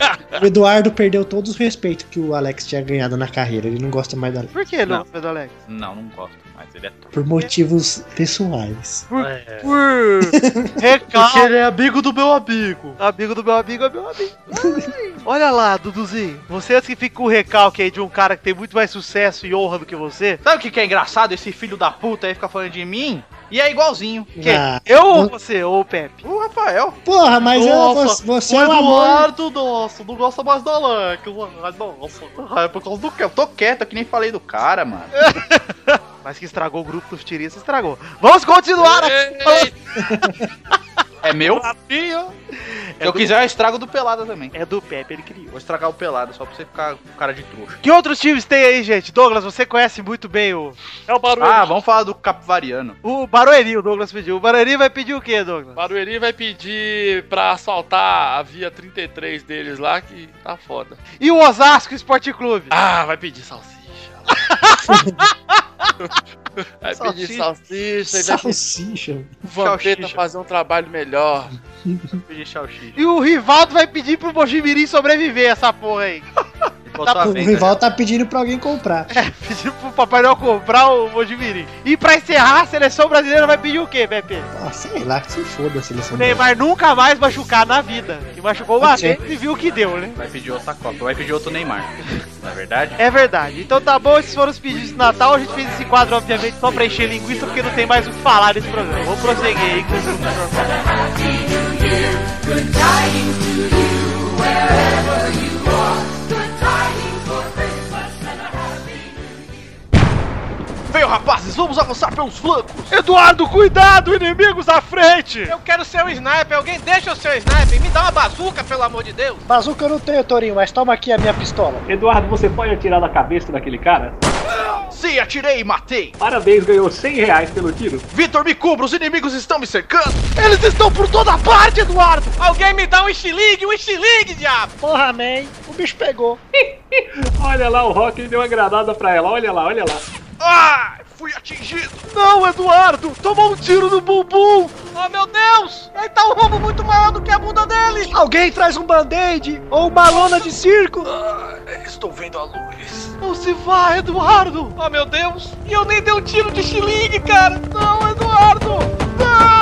Speaker 3: o Eduardo perdeu todos os respeitos que o Alex tinha ganhado na carreira. Ele não gosta mais do Alex.
Speaker 6: Por que não,
Speaker 4: Não.
Speaker 6: Pedro Alex?
Speaker 4: Não, não gosto mais. Ele é top.
Speaker 3: Por motivos pessoais.
Speaker 6: Por recalque.
Speaker 4: ele é amigo do meu amigo.
Speaker 6: Amigo do meu amigo é meu amigo. Ai, Olha lá, Duduzinho. Vocês que ficam com o recalque aí de um cara que tem muito mais sucesso e honra do que você.
Speaker 4: Sabe o que, que é engraçado? Esse filho da puta aí fica falando de mim e é igualzinho.
Speaker 6: Que?
Speaker 3: Ah,
Speaker 6: eu ou você, ou o Pepe?
Speaker 4: O Rafael.
Speaker 3: Porra, mas eu-
Speaker 7: Nossa,
Speaker 3: você
Speaker 7: o
Speaker 3: é um amor.
Speaker 7: Eduardo, nossa, não gosta mais do Alex. Ai,
Speaker 4: Ah,
Speaker 7: Nossa, é por causa do
Speaker 4: Porque eu tô quieto, eu que nem falei do cara, mano.
Speaker 6: Mas que estragou o grupo dos tiristas, estragou. Vamos continuar aqui.
Speaker 4: É meu? Se eu
Speaker 6: É do-
Speaker 4: quiser, eu estrago do Pelada também.
Speaker 6: É do Pepe, ele criou.
Speaker 4: Vou estragar o Pelada só pra você ficar com cara de trouxa.
Speaker 6: Que outros times tem aí, gente? Douglas, você conhece muito bem o,
Speaker 7: É o Barueri.
Speaker 4: Ah, vamos falar do Capivariano.
Speaker 6: o Barueri, o Douglas pediu. O Barueri vai pedir o quê, Douglas?
Speaker 7: Barueri vai pedir pra assaltar a via 33 deles lá, que tá foda.
Speaker 6: E o Osasco Esporte Clube?
Speaker 7: Ah, vai pedir salsicha. vai pedir salsicha e vai pedir
Speaker 3: Salsicha.
Speaker 7: o Vampeta
Speaker 4: salsicha.
Speaker 7: fazer um trabalho melhor.
Speaker 4: Pedir xauxi.
Speaker 6: E o Rivaldo vai pedir pro Mojimirim sobreviver essa porra aí.
Speaker 4: Botou a
Speaker 3: O
Speaker 4: venda.
Speaker 3: rival tá pedindo pra alguém comprar.
Speaker 6: Pedir pro Tipo, Papai Noel comprar o Mojimirim. E pra encerrar, a seleção brasileira vai pedir o quê, Pepe?
Speaker 3: Ah, sei lá, que se foda a
Speaker 6: O
Speaker 3: seleção.
Speaker 6: Neymar nunca mais machucar na vida. E machucou uma
Speaker 3: Ok.
Speaker 6: vez e viu o que deu, né?
Speaker 4: Vai pedir outra Copa, vai pedir outro Neymar. Na verdade?
Speaker 6: É verdade. Então tá bom, esses foram os pedidos de Natal. A gente fez esse quadro, obviamente, só pra encher linguiça, porque não tem mais o que falar nesse programa. Vamos prosseguir aí com o
Speaker 4: Veio, rapazes, vamos avançar pelos flancos.
Speaker 6: Eduardo, cuidado, inimigos à frente!
Speaker 5: Eu quero ser um sniper, alguém deixa eu ser um sniper, me dá uma bazuca, pelo amor de Deus.
Speaker 3: Bazuca eu não tenho, Torinho, mas toma aqui a minha pistola.
Speaker 13: Eduardo, você pode atirar na cabeça daquele cara?
Speaker 4: Sim, atirei e matei.
Speaker 13: Parabéns, ganhou 100 reais pelo tiro.
Speaker 4: Vitor, me cubra, os inimigos estão me cercando.
Speaker 6: Eles estão por toda parte, Eduardo!
Speaker 5: Alguém me dá um estilingue, um estilingue, diabo.
Speaker 3: Porra, man, o bicho pegou.
Speaker 13: Olha lá, o Rock deu uma granada pra ela, olha lá, olha lá.
Speaker 4: Ah, fui atingido.
Speaker 6: Não, Eduardo! Tomou um tiro no bumbum!
Speaker 5: Oh, meu Deus, ele tá um roubo muito maior do que a bunda dele.
Speaker 6: Alguém traz um band-aid ou uma lona de circo!
Speaker 4: Estou vendo a luz.
Speaker 6: Não se vá, Eduardo!
Speaker 5: Oh, meu Deus, e eu nem dei um tiro de estilingue, cara. Não, Eduardo, não.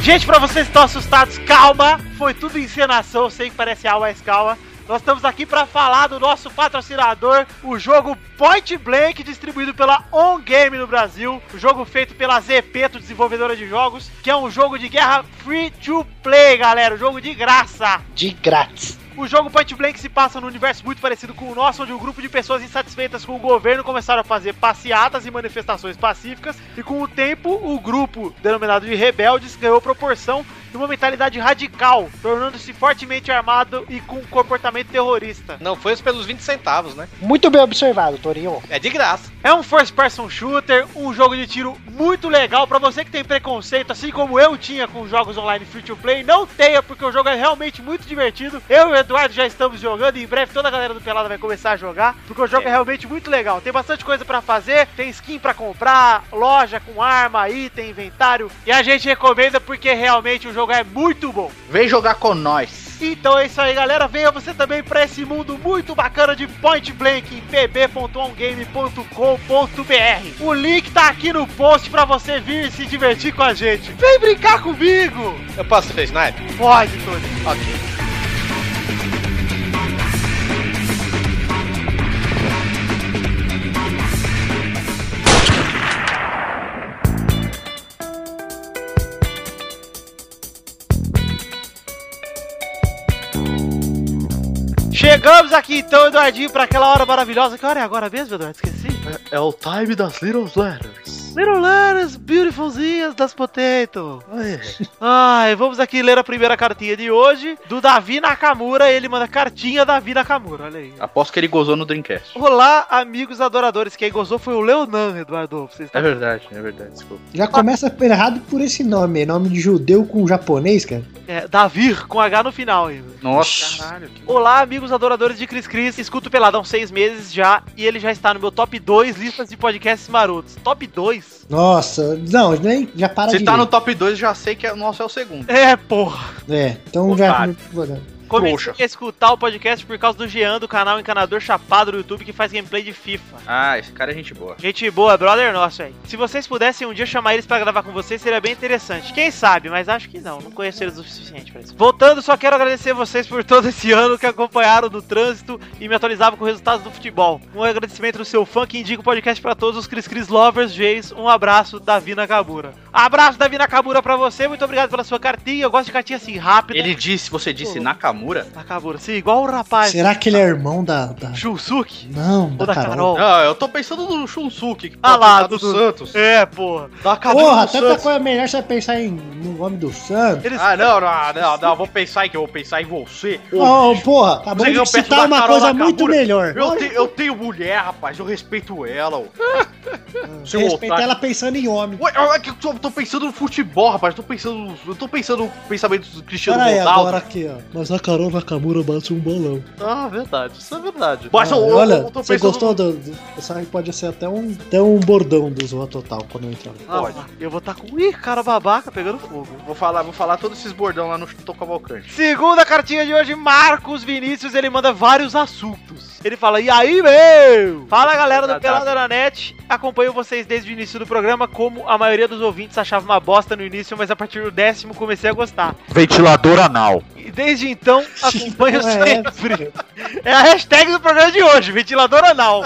Speaker 6: Gente, pra vocês que estão assustados, calma! Foi tudo encenação, eu sei que parece algo, mas calma. Nós estamos aqui para falar do nosso patrocinador, o jogo Point Blank, distribuído pela On Game no Brasil. O jogo feito pela Zepeto, desenvolvedora de jogos, que é um jogo de guerra free to play, galera. Um jogo de graça.
Speaker 3: De grátis.
Speaker 6: O jogo Point Blank se passa num universo muito parecido com o nosso, onde um grupo de pessoas insatisfeitas com o governo começaram a fazer passeatas e manifestações pacíficas, e com o tempo, o grupo, denominado de rebeldes, ganhou proporção e uma mentalidade radical, tornando-se fortemente armado e com um comportamento terrorista.
Speaker 5: Não foi pelos 20 centavos, né?
Speaker 3: Muito bem observado, Torinho.
Speaker 5: É de graça.
Speaker 6: É um first person shooter, um jogo de tiro muito legal pra você que tem preconceito, assim como eu tinha com jogos online free to play. Não tenha, porque o jogo é realmente muito divertido. Eu e o Eduardo já estamos jogando e em breve toda a galera do Pelada vai começar a jogar, porque o jogo é, realmente muito legal. Tem bastante coisa pra fazer, tem skin pra comprar, loja com arma, item, inventário. E a gente recomenda porque realmente o jogo é muito bom.
Speaker 4: Vem jogar com nós.
Speaker 6: Então é isso aí, galera. Venha você também para esse mundo muito bacana de Point Blank em pb.ongame.com.br. O link tá aqui no post para você vir se divertir com a gente. Vem brincar comigo!
Speaker 5: Eu posso ser sniper?
Speaker 6: Pode, Tony.
Speaker 5: Ok.
Speaker 6: Chegamos aqui então, Eduardinho, para aquela hora maravilhosa. Que hora é agora mesmo, Eduardo? Esqueci.
Speaker 2: É o time das Little Letters.
Speaker 6: Little Letters, beautifulzinhas das potato. Ai, vamos aqui ler a primeira cartinha de hoje do Davi Nakamura. Ele manda cartinha Davi Nakamura, olha aí.
Speaker 4: Aposto que ele gozou no Dreamcast.
Speaker 6: Olá, amigos adoradores. Quem gozou foi o Leonan, Eduardo. Vocês
Speaker 4: É verdade, é verdade, desculpa.
Speaker 3: Já começa errado por esse nome, é nome de judeu com japonês, cara.
Speaker 6: É, Davir, com H no final ainda.
Speaker 4: Nossa, caralho.
Speaker 6: Olá, amigos adoradores de Cris Cris. Escuto o Peladão há seis meses já e ele já está no meu top 2 listas de podcasts marotos. Top 2?
Speaker 3: Nossa, não, nem já para
Speaker 4: Se
Speaker 3: de
Speaker 4: tá
Speaker 3: ler.
Speaker 4: no top 2, já sei que o nosso é o segundo.
Speaker 6: É, porra.
Speaker 3: É, então
Speaker 4: Otário.
Speaker 3: já.
Speaker 6: Comecei
Speaker 4: Trouxa.
Speaker 6: a escutar o podcast por causa do Jean, do canal Encanador Chapado do YouTube, que faz gameplay de FIFA.
Speaker 4: Ah, esse cara é gente boa.
Speaker 6: Gente boa, brother nosso aí. Se vocês pudessem um dia chamar eles pra gravar com vocês, seria bem interessante. Quem sabe, mas acho que não. Não conheço eles o suficiente pra isso. Voltando, só quero agradecer vocês por todo esse ano que acompanharam no trânsito e me atualizavam com resultados do futebol. Um agradecimento do seu fã que indica o podcast pra todos os Cris Cris Lovers Jays. Um abraço, Davi Nakamura. Abraço, Davi Nakamura, pra você. Muito obrigado pela sua cartinha. Eu gosto de cartinha assim, rápida.
Speaker 4: Ele disse, você disse Nakamura?
Speaker 6: Nakamura, sim, igual o rapaz.
Speaker 3: Será que ele é
Speaker 4: tá.
Speaker 3: irmão da. da...
Speaker 6: Shunsuke?
Speaker 3: Não, da
Speaker 6: Ou da Carol?
Speaker 3: Carol.
Speaker 4: Ah, eu tô pensando no Shunsuke. que
Speaker 6: Ah lá,
Speaker 4: tá do Santos.
Speaker 6: É, porra.
Speaker 3: Porra, tanta
Speaker 4: Santos.
Speaker 3: coisa melhor você pensar em, no nome do Santos.
Speaker 6: Eles-
Speaker 4: Ah, não, não, não, não, vou pensar em que eu vou pensar em você.
Speaker 3: Ô, porra,
Speaker 4: Você
Speaker 3: acabou
Speaker 4: ganhou
Speaker 3: de
Speaker 4: perto
Speaker 3: citar
Speaker 4: da
Speaker 3: uma
Speaker 4: Carol
Speaker 3: coisa
Speaker 4: Nakamura?
Speaker 3: muito melhor.
Speaker 4: Eu, te- eu tenho mulher, rapaz, eu respeito ela. ô.
Speaker 3: Você
Speaker 4: Seu
Speaker 3: respeita
Speaker 4: otário.
Speaker 3: ela pensando em homem.
Speaker 4: Ué, eu, é que eu tô, tô pensando no futebol, rapaz. Tô pensando, no- eu tô pensando no pensamento do Cristiano
Speaker 3: Pera aí,
Speaker 4: Ronaldo. É
Speaker 3: agora aqui, ó. Mas a Carol Nakamura bate um bolão.
Speaker 4: Ah, verdade, isso é verdade. Mas
Speaker 3: Ah,
Speaker 4: eu, eu-
Speaker 3: olha,
Speaker 4: eu tô
Speaker 3: você
Speaker 4: pensando.
Speaker 3: gostou do... do- Isso aí pode ser até um, até um bordão do Zorra Total quando eu entrar.
Speaker 6: Ah, lá, eu vou estar com. Ih, cara babaca pegando fogo.
Speaker 4: Ah, Vou falar, vou falar todos esses bordão lá no Tô Cavalcante.
Speaker 6: Segunda cartinha de hoje, Marcos Vinícius, ele manda vários assuntos. Ele fala, e aí, meu? Fala, galera do
Speaker 4: Nada.
Speaker 6: Pelada na Net. Acompanho vocês desde o início do programa, como a maioria dos ouvintes achava uma bosta no início, mas a partir do décimo comecei a gostar.
Speaker 12: Ventilador anal.
Speaker 6: E desde então, acompanho
Speaker 3: Porra, é
Speaker 6: sempre. É a hashtag do programa de hoje, ventilador anal.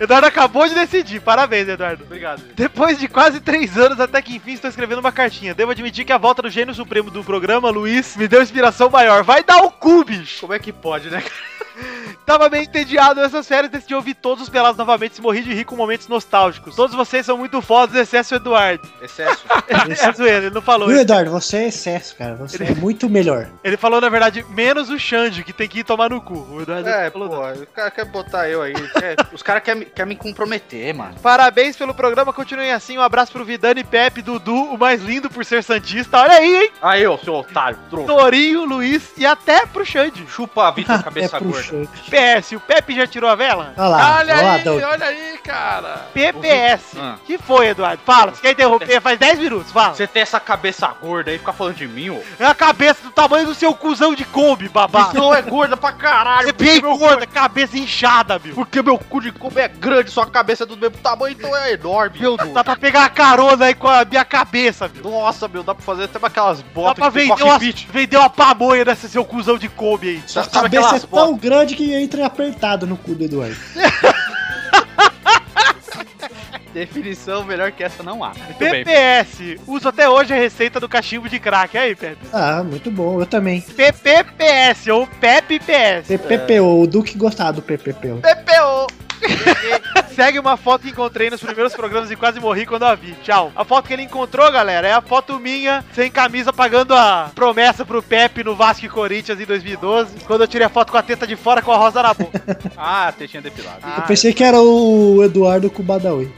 Speaker 6: Eduardo acabou de decidir, parabéns, Eduardo.
Speaker 4: Obrigado. gente.
Speaker 6: Depois de quase três anos, até que enfim estou escrevendo uma cartinha. Devo admitir que a volta do gênio supremo do programa, Luiz, me deu inspiração maior. Vai dar o cu, bicho!
Speaker 4: Como é que pode, né? cara?
Speaker 6: Tava meio entediado nessas férias, decidi ouvir todos os pelados novamente e morri de rir com momentos nostálgicos. Todos vocês são muito fodas, excesso o Eduardo.
Speaker 4: Excesso.
Speaker 6: é zoeira, ele não falou.
Speaker 3: Viu,
Speaker 6: Ele,
Speaker 3: Eduardo? Você é excesso, cara. Você é muito melhor.
Speaker 6: ele falou, na verdade, menos o Xande, que tem que ir tomar no cu. O Eduardo
Speaker 4: É, pô,
Speaker 6: falou,
Speaker 4: o cara quer botar eu aí. É, os caras querem me, quer me comprometer, mano.
Speaker 6: Parabéns pelo programa, continuem assim. Um abraço pro Vidani, Pepe, Dudu, o mais lindo por ser Santista. Olha aí, hein?
Speaker 4: Aí, ô, seu otário, trouxa.
Speaker 6: Torinho, Luiz e até pro Xande.
Speaker 4: Chupa a vida,
Speaker 3: É
Speaker 4: cabeça gorda.
Speaker 3: puxante.
Speaker 6: PPS, o Pepe já tirou a vela?
Speaker 4: Ah,
Speaker 3: Olha lá,
Speaker 7: olha
Speaker 3: olha lá,
Speaker 7: aí,
Speaker 3: Doug.
Speaker 7: olha aí, cara.
Speaker 6: PPS.
Speaker 4: Ah.
Speaker 6: Que foi, Eduardo? Fala, você quer interromper? Faz 10 minutos, fala.
Speaker 4: Você tem essa cabeça gorda aí, ficar falando de mim, ô.
Speaker 6: É a cabeça do tamanho do seu cuzão de Kombi, babá.
Speaker 4: Isso é gorda pra caralho.
Speaker 6: É bem gorda, cabeça inchada, meu.
Speaker 4: Porque meu cu de como é grande, sua cabeça é do mesmo tamanho, então é enorme. Meu Deus.
Speaker 3: tá
Speaker 6: Dá pra pegar a carona aí com a minha cabeça, meu.
Speaker 4: Nossa, meu, dá pra fazer até aquelas
Speaker 6: Dá
Speaker 4: botas
Speaker 6: pra
Speaker 4: que tem
Speaker 6: vender uma,
Speaker 4: cockpit.
Speaker 6: vender uma pamonha nessa seu cuzão de Kombi aí.
Speaker 3: Sua
Speaker 6: Sabe
Speaker 3: cabeça é
Speaker 6: aquelas
Speaker 3: tão grande que entra apertado no cu do Eduardo.
Speaker 6: Definição melhor que essa não há.
Speaker 4: bem.
Speaker 6: PPS. Uso até hoje a receita do cachimbo de crack. Aí, Pepe.
Speaker 3: Ah, muito bom, eu também.
Speaker 6: PPPS ou PEPPS.
Speaker 3: PPPO, o Duque gostava do PPPO.
Speaker 12: É.
Speaker 6: PPO. Segue uma foto que encontrei nos primeiros programas e quase morri quando a vi. Tchau. A foto que ele encontrou, galera, é a foto minha sem camisa pagando a promessa pro Pepe no Vasco e Corinthians em 2012, quando eu tirei a foto com a teta de fora com a rosa na boca.
Speaker 4: Ah, tetinha depilada.
Speaker 3: Eu pensei que era o Eduardo com o Badawi.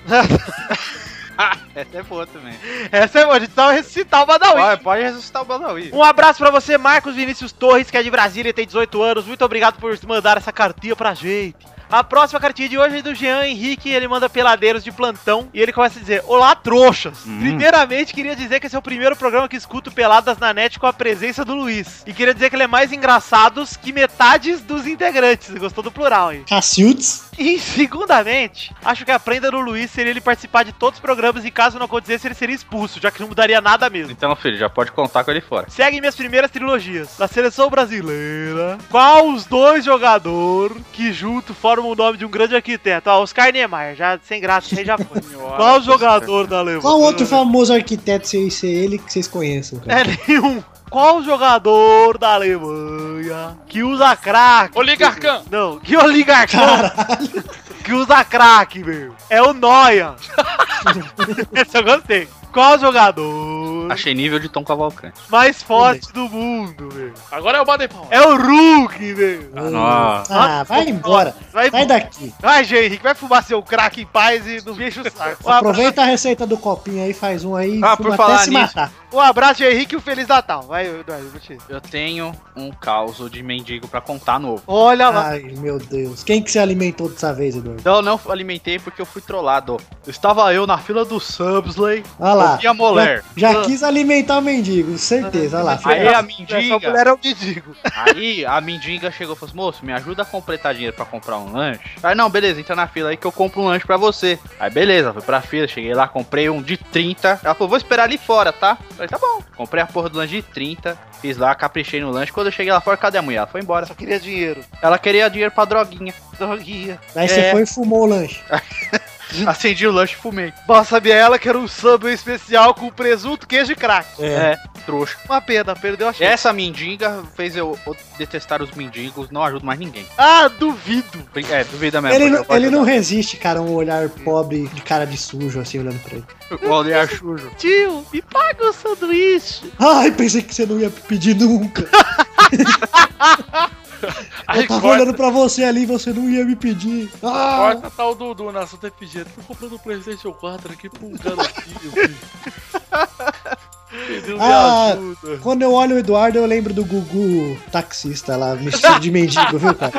Speaker 4: Essa é boa também.
Speaker 6: Essa é boa, a gente tava ressuscitar o Badawi.
Speaker 4: Pode, pode ressuscitar o Badawi.
Speaker 6: Um abraço pra você, Marcos Vinícius Torres, que é de Brasília e tem 18 anos. Muito obrigado por mandar essa cartinha pra gente. A próxima cartinha de hoje é do Jean Henrique, ele manda peladeiros de plantão e ele começa a dizer: Olá, trouxas! Primeiramente, queria dizer que esse é o primeiro programa que escuto peladas na net com a presença do Luiz. E queria dizer que ele é mais engraçado que metades dos integrantes. Gostou do plural aí.
Speaker 3: Cacildes?
Speaker 6: E, segundamente, acho que a prenda do Luiz seria ele participar de todos os programas e, caso não acontecesse, ele seria expulso, já que não mudaria nada mesmo.
Speaker 12: Então, filho, já pode contar com ele fora.
Speaker 6: Seguem minhas primeiras trilogias. Da seleção brasileira. Qual os dois jogadores que junto formam o nome de um grande arquiteto? Ah, Oscar Niemeyer, já sem graça, aí já foi. Qual jogador da Alemanha?
Speaker 3: Qual outro famoso arquiteto sem ser ele que vocês conheçam, cara?
Speaker 6: É nenhum. Qual jogador da Alemanha que usa crack?
Speaker 7: Oligarcão.
Speaker 6: Não, que oligarcão. que usa crack, meu. É o Noia. Esse eu gostei. Qual jogador
Speaker 12: Achei nível de Tom Cavalcante.
Speaker 6: mais forte do mundo, meu?
Speaker 7: Agora é o Baden Palma.
Speaker 6: É o Rug, meu.
Speaker 12: Nossa. Um
Speaker 3: Ah, vai embora.
Speaker 6: Vai,
Speaker 3: Sai daqui.
Speaker 6: vai, Jean Henrique, vai fumar seu crack em paz e não me enche o saco. Um abraço,
Speaker 3: Aproveita a receita do copinho aí, faz um aí,
Speaker 12: Ah,
Speaker 3: fuma
Speaker 12: por falar
Speaker 3: até se
Speaker 12: nisso.
Speaker 3: matar.
Speaker 6: um abraço, Jean Henrique, e um Feliz Natal. Vai, Eduardo, eu vou te...
Speaker 12: Eu tenho um caos de mendigo pra contar novo.
Speaker 6: Olha lá.
Speaker 3: Ai, meu Deus. Quem que se alimentou dessa vez, Eduardo?
Speaker 12: Não, não alimentei porque eu fui trollado. Estava eu na fila do Subslay.
Speaker 3: Olha lá.
Speaker 12: E a mulher.
Speaker 3: Já, já quis alimentar o mendigo, certeza. Olha lá.
Speaker 12: Aí a
Speaker 6: Essa
Speaker 12: mendiga.
Speaker 6: mulher é um mendigo.
Speaker 12: Aí a mendiga chegou e falou assim, moço, me ajuda a completar dinheiro pra comprar um lanche. Aí, não, beleza, entra na fila aí que eu compro um lanche pra você. Aí, beleza, fui pra fila, cheguei lá, comprei um de 30. Ela falou, vou esperar ali fora, tá? Eu falei, tá bom. Comprei a porra do lanche de 30, fiz lá, caprichei no lanche. Quando eu cheguei lá fora, cadê a mulher? Ela foi embora.
Speaker 6: Só queria dinheiro.
Speaker 12: Ela queria dinheiro pra droguinha.
Speaker 6: Droguinha.
Speaker 3: Aí você
Speaker 12: É.
Speaker 3: foi e fumou o lanche.
Speaker 12: Acendi o lanche e fumei.
Speaker 6: Bom, sabia ela que era um samba especial com presunto, queijo e crack.
Speaker 3: É.
Speaker 12: Trouxa.
Speaker 6: Uma pena, perdeu a chance.
Speaker 12: Essa mendiga fez eu detestar os mendigos, não ajudo mais ninguém.
Speaker 6: Ah, duvido.
Speaker 12: É, duvida mesmo.
Speaker 3: Ele,
Speaker 12: porque
Speaker 3: não,
Speaker 12: eu posso
Speaker 3: ele não
Speaker 12: ajudar.
Speaker 3: resiste, cara, um olhar pobre de cara de sujo, assim, olhando pra ele.
Speaker 12: O olhar sujo.
Speaker 6: Tio, me paga o sanduíche.
Speaker 3: Ai, pensei que você não ia pedir nunca.
Speaker 7: Aí
Speaker 3: Eu
Speaker 9: tá
Speaker 3: tava
Speaker 7: corta,
Speaker 3: olhando pra você ali e você não ia me pedir. Ah,
Speaker 7: corta tal do, do na Santa FG. Tô comprando um Playstation 4 aqui pra um garotinho. filho. Pediu me
Speaker 3: Ah.
Speaker 7: ajuda.
Speaker 3: quando eu olho o Eduardo, eu lembro do Gugu taxista lá, vestido de mendigo, viu, cara?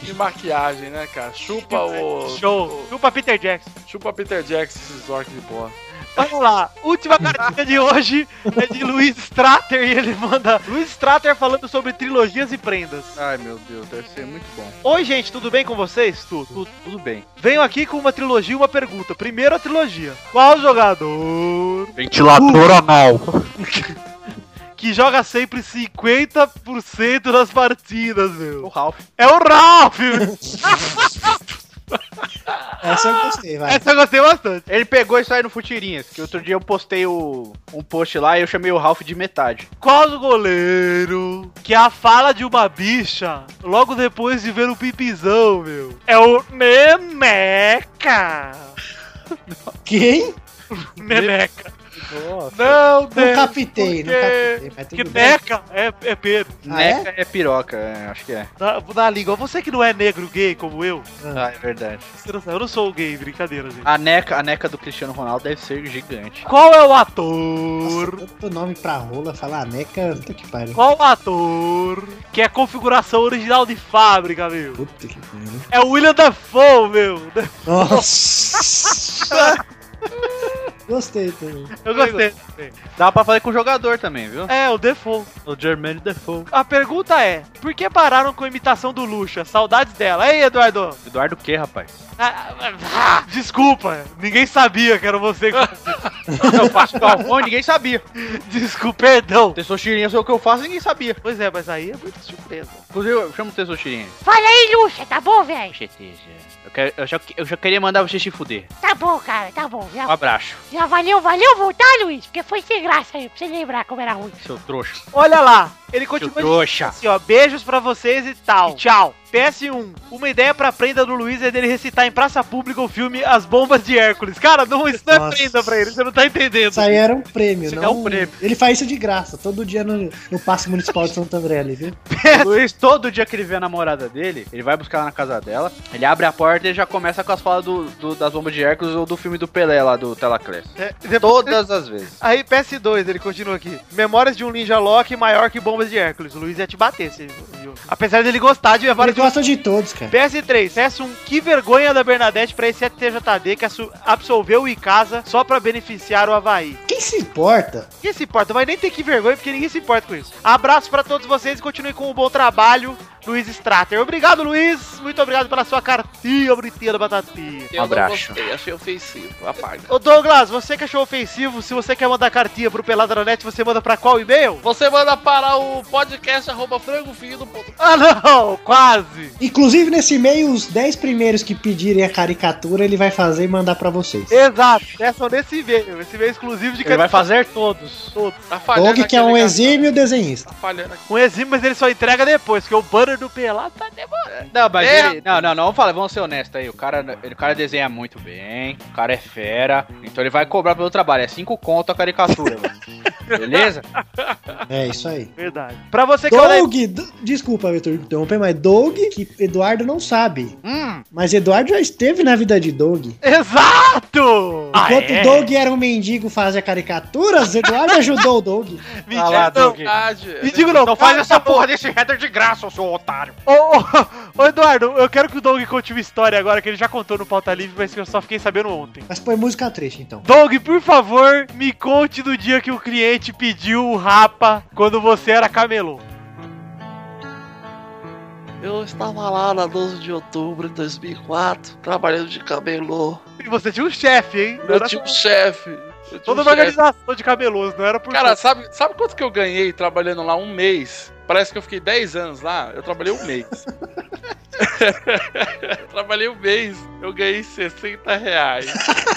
Speaker 7: Que maquiagem, né, cara?
Speaker 9: tipo,
Speaker 7: Chupa o.
Speaker 6: Show. Chupa Peter Jackson.
Speaker 7: Chupa Peter Jackson, esses orcs de bola.
Speaker 6: Vamos lá, última cartinha de hoje é de Luiz Strater e ele manda Luiz Strater falando sobre trilogias e prendas.
Speaker 4: Ai, meu Deus, deve ser muito bom.
Speaker 6: Oi, gente, tudo bem com vocês? Tudo.
Speaker 4: Tudo, tudo bem.
Speaker 6: Venho aqui com uma trilogia e uma pergunta. Primeiro a trilogia. Qual jogador
Speaker 12: Ventilador anal.
Speaker 6: que joga sempre 50% das partidas,
Speaker 12: O
Speaker 6: meu?
Speaker 12: Ralph.
Speaker 6: É o Ralph! meu.
Speaker 3: Essa eu gostei, vai.
Speaker 6: Essa eu gostei bastante.
Speaker 12: Ele pegou isso aí no Futirinhas, que outro dia eu postei o, um post lá e eu chamei o Ralph de metade.
Speaker 6: Qual o goleiro que a fala de uma bicha logo depois de ver o pipizão, meu? É o Memeca!
Speaker 3: Quem?
Speaker 6: Memeca. Não,
Speaker 3: Não captei, não captei, mas
Speaker 6: Que
Speaker 3: tudo bem.
Speaker 6: neca é, é Pedro.
Speaker 12: Ah,
Speaker 4: Neca é? piroca, é, acho que é.
Speaker 6: Na, na língua, você que não é negro gay como eu,
Speaker 4: Ah, é verdade.
Speaker 6: você não sabe, eu não sou gay, brincadeira, gente.
Speaker 4: A neca, a neca do Cristiano Ronaldo deve ser gigante.
Speaker 6: Qual é o ator?
Speaker 3: Tanto nome pra rola, falar "Ah, neca, puta que pariu.
Speaker 6: Qual ator que é configuração original de fábrica, meu?
Speaker 3: Puta que pariu.
Speaker 6: É o William Dafoe, meu.
Speaker 3: Nossa! Gostei também.
Speaker 6: Eu gostei.
Speaker 12: Dá pra fazer com o jogador também, viu?
Speaker 6: É, o Default.
Speaker 12: O Germany Default.
Speaker 6: A pergunta é, por que pararam com a imitação do Lucha? Saudades dela. Ei, Eduardo.
Speaker 12: Eduardo o quê, rapaz?
Speaker 6: Ah, ah, ah, Desculpa, ninguém sabia que era você.
Speaker 12: Eu faço Galvão e ninguém sabia.
Speaker 6: Desculpa, perdão.
Speaker 12: Tessoxirinha sou o que eu faço e ninguém sabia.
Speaker 6: Pois é, mas aí é muita surpresa.
Speaker 12: Inclusive, eu chamo o Tessoxirinha.
Speaker 10: Fala aí, Lucha, tá bom, velho?
Speaker 12: Eu, quero- eu, já, eu já queria mandar você se fuder.
Speaker 10: Tá bom, cara, tá bom.
Speaker 12: Um
Speaker 10: Já,
Speaker 12: abraço,
Speaker 10: já valeu, valeu voltar, Luiz, porque foi sem graça aí, pra você lembrar como era ruim.
Speaker 12: seu trouxa.
Speaker 6: Olha lá, ele
Speaker 12: Tipo
Speaker 6: continua
Speaker 12: trouxa.
Speaker 6: assim, ó, beijos pra vocês e tal. E tchau. PS1, uma ideia pra prenda do Luiz é dele recitar em praça pública o filme As Bombas de Hércules. Cara, não, isso não é
Speaker 3: Nossa.
Speaker 6: prenda pra ele, você não tá entendendo.
Speaker 3: Isso aí era um prêmio,
Speaker 6: Isso
Speaker 3: não?
Speaker 6: é um prêmio.
Speaker 3: Ele faz isso de graça, todo dia no, no Parque Municipal de Santo André ali, viu?
Speaker 12: O Luiz, todo dia que ele vê a namorada dele, ele vai buscar ela na casa dela, ele abre a porta e já começa com as falas do, do- das bombas de Hércules ou do filme do Pelé lá do Telaclés.
Speaker 6: É,
Speaker 12: Todas as vezes.
Speaker 6: Aí, PS2, ele continua aqui. Memórias de um Ninja Loki maior que Bombas de Hércules. O Luiz ia te bater, se viu? Apesar dele gostar de levar
Speaker 3: Ele gosta de todos, cara.
Speaker 6: PS3, PS1, que vergonha da Bernadette pra esse TJD que assu- absolveu o Icasa só pra beneficiar o Havaí.
Speaker 3: Quem se importa?
Speaker 6: Ninguém se importa, mas nem tem que vergonha porque ninguém se importa com isso. Abraço pra todos vocês e continue com o bom trabalho, Luiz Strater. Obrigado, Luiz. Muito obrigado pela sua cartinha, bonitinha da batatinha.
Speaker 9: Eu não
Speaker 12: abraço.
Speaker 9: gostei, achei ofensivo. Apaga.
Speaker 6: Ô Douglas, você que achou ofensivo, se você quer mandar cartinha pro Peladranet, você manda pra qual e-mail?
Speaker 7: Você manda para o podcast arroba frangofido.com.
Speaker 6: Ah não, quase!
Speaker 3: Inclusive, nesse e-mail, os 10 primeiros que pedirem a caricatura, ele vai fazer e mandar pra vocês.
Speaker 6: Exato, é só nesse e-mail, esse e-mail exclusivo de
Speaker 12: Ele vai
Speaker 6: candidato.
Speaker 12: fazer todos.
Speaker 6: Todos.
Speaker 7: Tá
Speaker 3: Doug, que é um
Speaker 7: aquele
Speaker 3: exímio desenhista.
Speaker 7: cara tá falhando aqui.
Speaker 6: Um exímio, mas ele só entrega depois, porque o banner do Pelado tá demorando.
Speaker 12: Não, mas
Speaker 6: É.
Speaker 12: ele. Não, não, não, vamos falar, vamos ser honestos aí. O cara, ele- o cara desenha muito bem, o cara é fera, então ele vai cobrar pelo trabalho. É cinco conto a caricatura, mano. Beleza?
Speaker 3: É isso aí.
Speaker 6: Verdade. Pra você que é
Speaker 3: Doug, D- desculpa, Vitor, interromper, mas Doug, que Eduardo não sabe.
Speaker 6: Hum.
Speaker 3: Mas Eduardo já esteve na vida de Doug.
Speaker 6: Exato!
Speaker 7: Ah,
Speaker 3: Enquanto
Speaker 7: é?
Speaker 3: Doug era um mendigo fazia caricaturas, Eduardo ajudou o Doug.
Speaker 6: Mentira,
Speaker 12: lá,
Speaker 6: não.
Speaker 12: Doug.
Speaker 7: Verdade.
Speaker 6: Me digo não,
Speaker 12: Então faz
Speaker 6: cara,
Speaker 12: essa
Speaker 6: tá bom.
Speaker 12: porra desse header de graça, ô seu otário.
Speaker 6: Ô, ô, ô, Eduardo, eu quero que o Doug conte uma história agora que ele já contou no Pauta Livre, mas que eu só fiquei sabendo ontem.
Speaker 3: Mas põe música triste, então.
Speaker 6: Doug, por favor, me conte do dia que o cliente pediu o rapa quando você era camelô.
Speaker 9: Eu estava lá na 12 de outubro de 2004, trabalhando de camelô.
Speaker 6: E você tinha um chefe, hein? Não
Speaker 9: Eu
Speaker 6: era
Speaker 9: tinha um chefe. eu tinha
Speaker 6: toda
Speaker 9: um
Speaker 6: uma
Speaker 9: chefe.
Speaker 6: organização de camelôs, não era por
Speaker 7: é- Cara,
Speaker 6: conta.
Speaker 7: sabe, sabe quanto que eu ganhei trabalhando lá um mês? Parece que eu fiquei 10 anos lá, eu trabalhei um mês. Eu trabalhei um mês, eu ganhei 60 reais.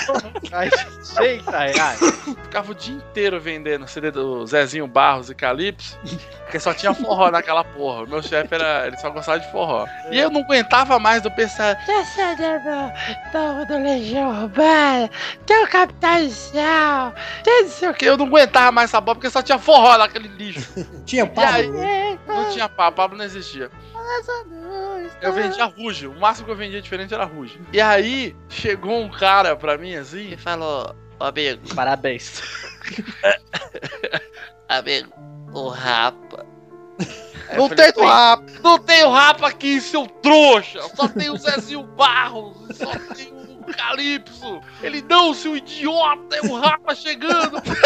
Speaker 12: Ai, 60 reais.
Speaker 7: Ficava o dia inteiro vendendo CD do Zezinho Barros e Calypso, porque só tinha forró naquela porra. O Meu chefe era. Ele só gostava de forró. E eu não aguentava mais do pensar.
Speaker 10: Essa dama, dama do Legião Urbana, tem o Capitão Sal, tem não sei o
Speaker 7: que Eu não aguentava mais essa bola porque só tinha forró naquele lixo.
Speaker 3: Tinha
Speaker 7: E aí,
Speaker 3: Pablo.
Speaker 7: não tinha papo, Pablo não existia. Eu vendia Ruge, o máximo que eu vendia diferente era Ruge. E aí, chegou um cara pra mim assim e falou:
Speaker 9: Ô, Amigo,
Speaker 12: Parabéns.
Speaker 9: amigo, o rapa.
Speaker 7: Não tem o rapa, não tem o rapa aqui, seu trouxa. Só tem o Zezinho Barros, só tem o Calypso. Ele não, seu idiota, é o rapa chegando.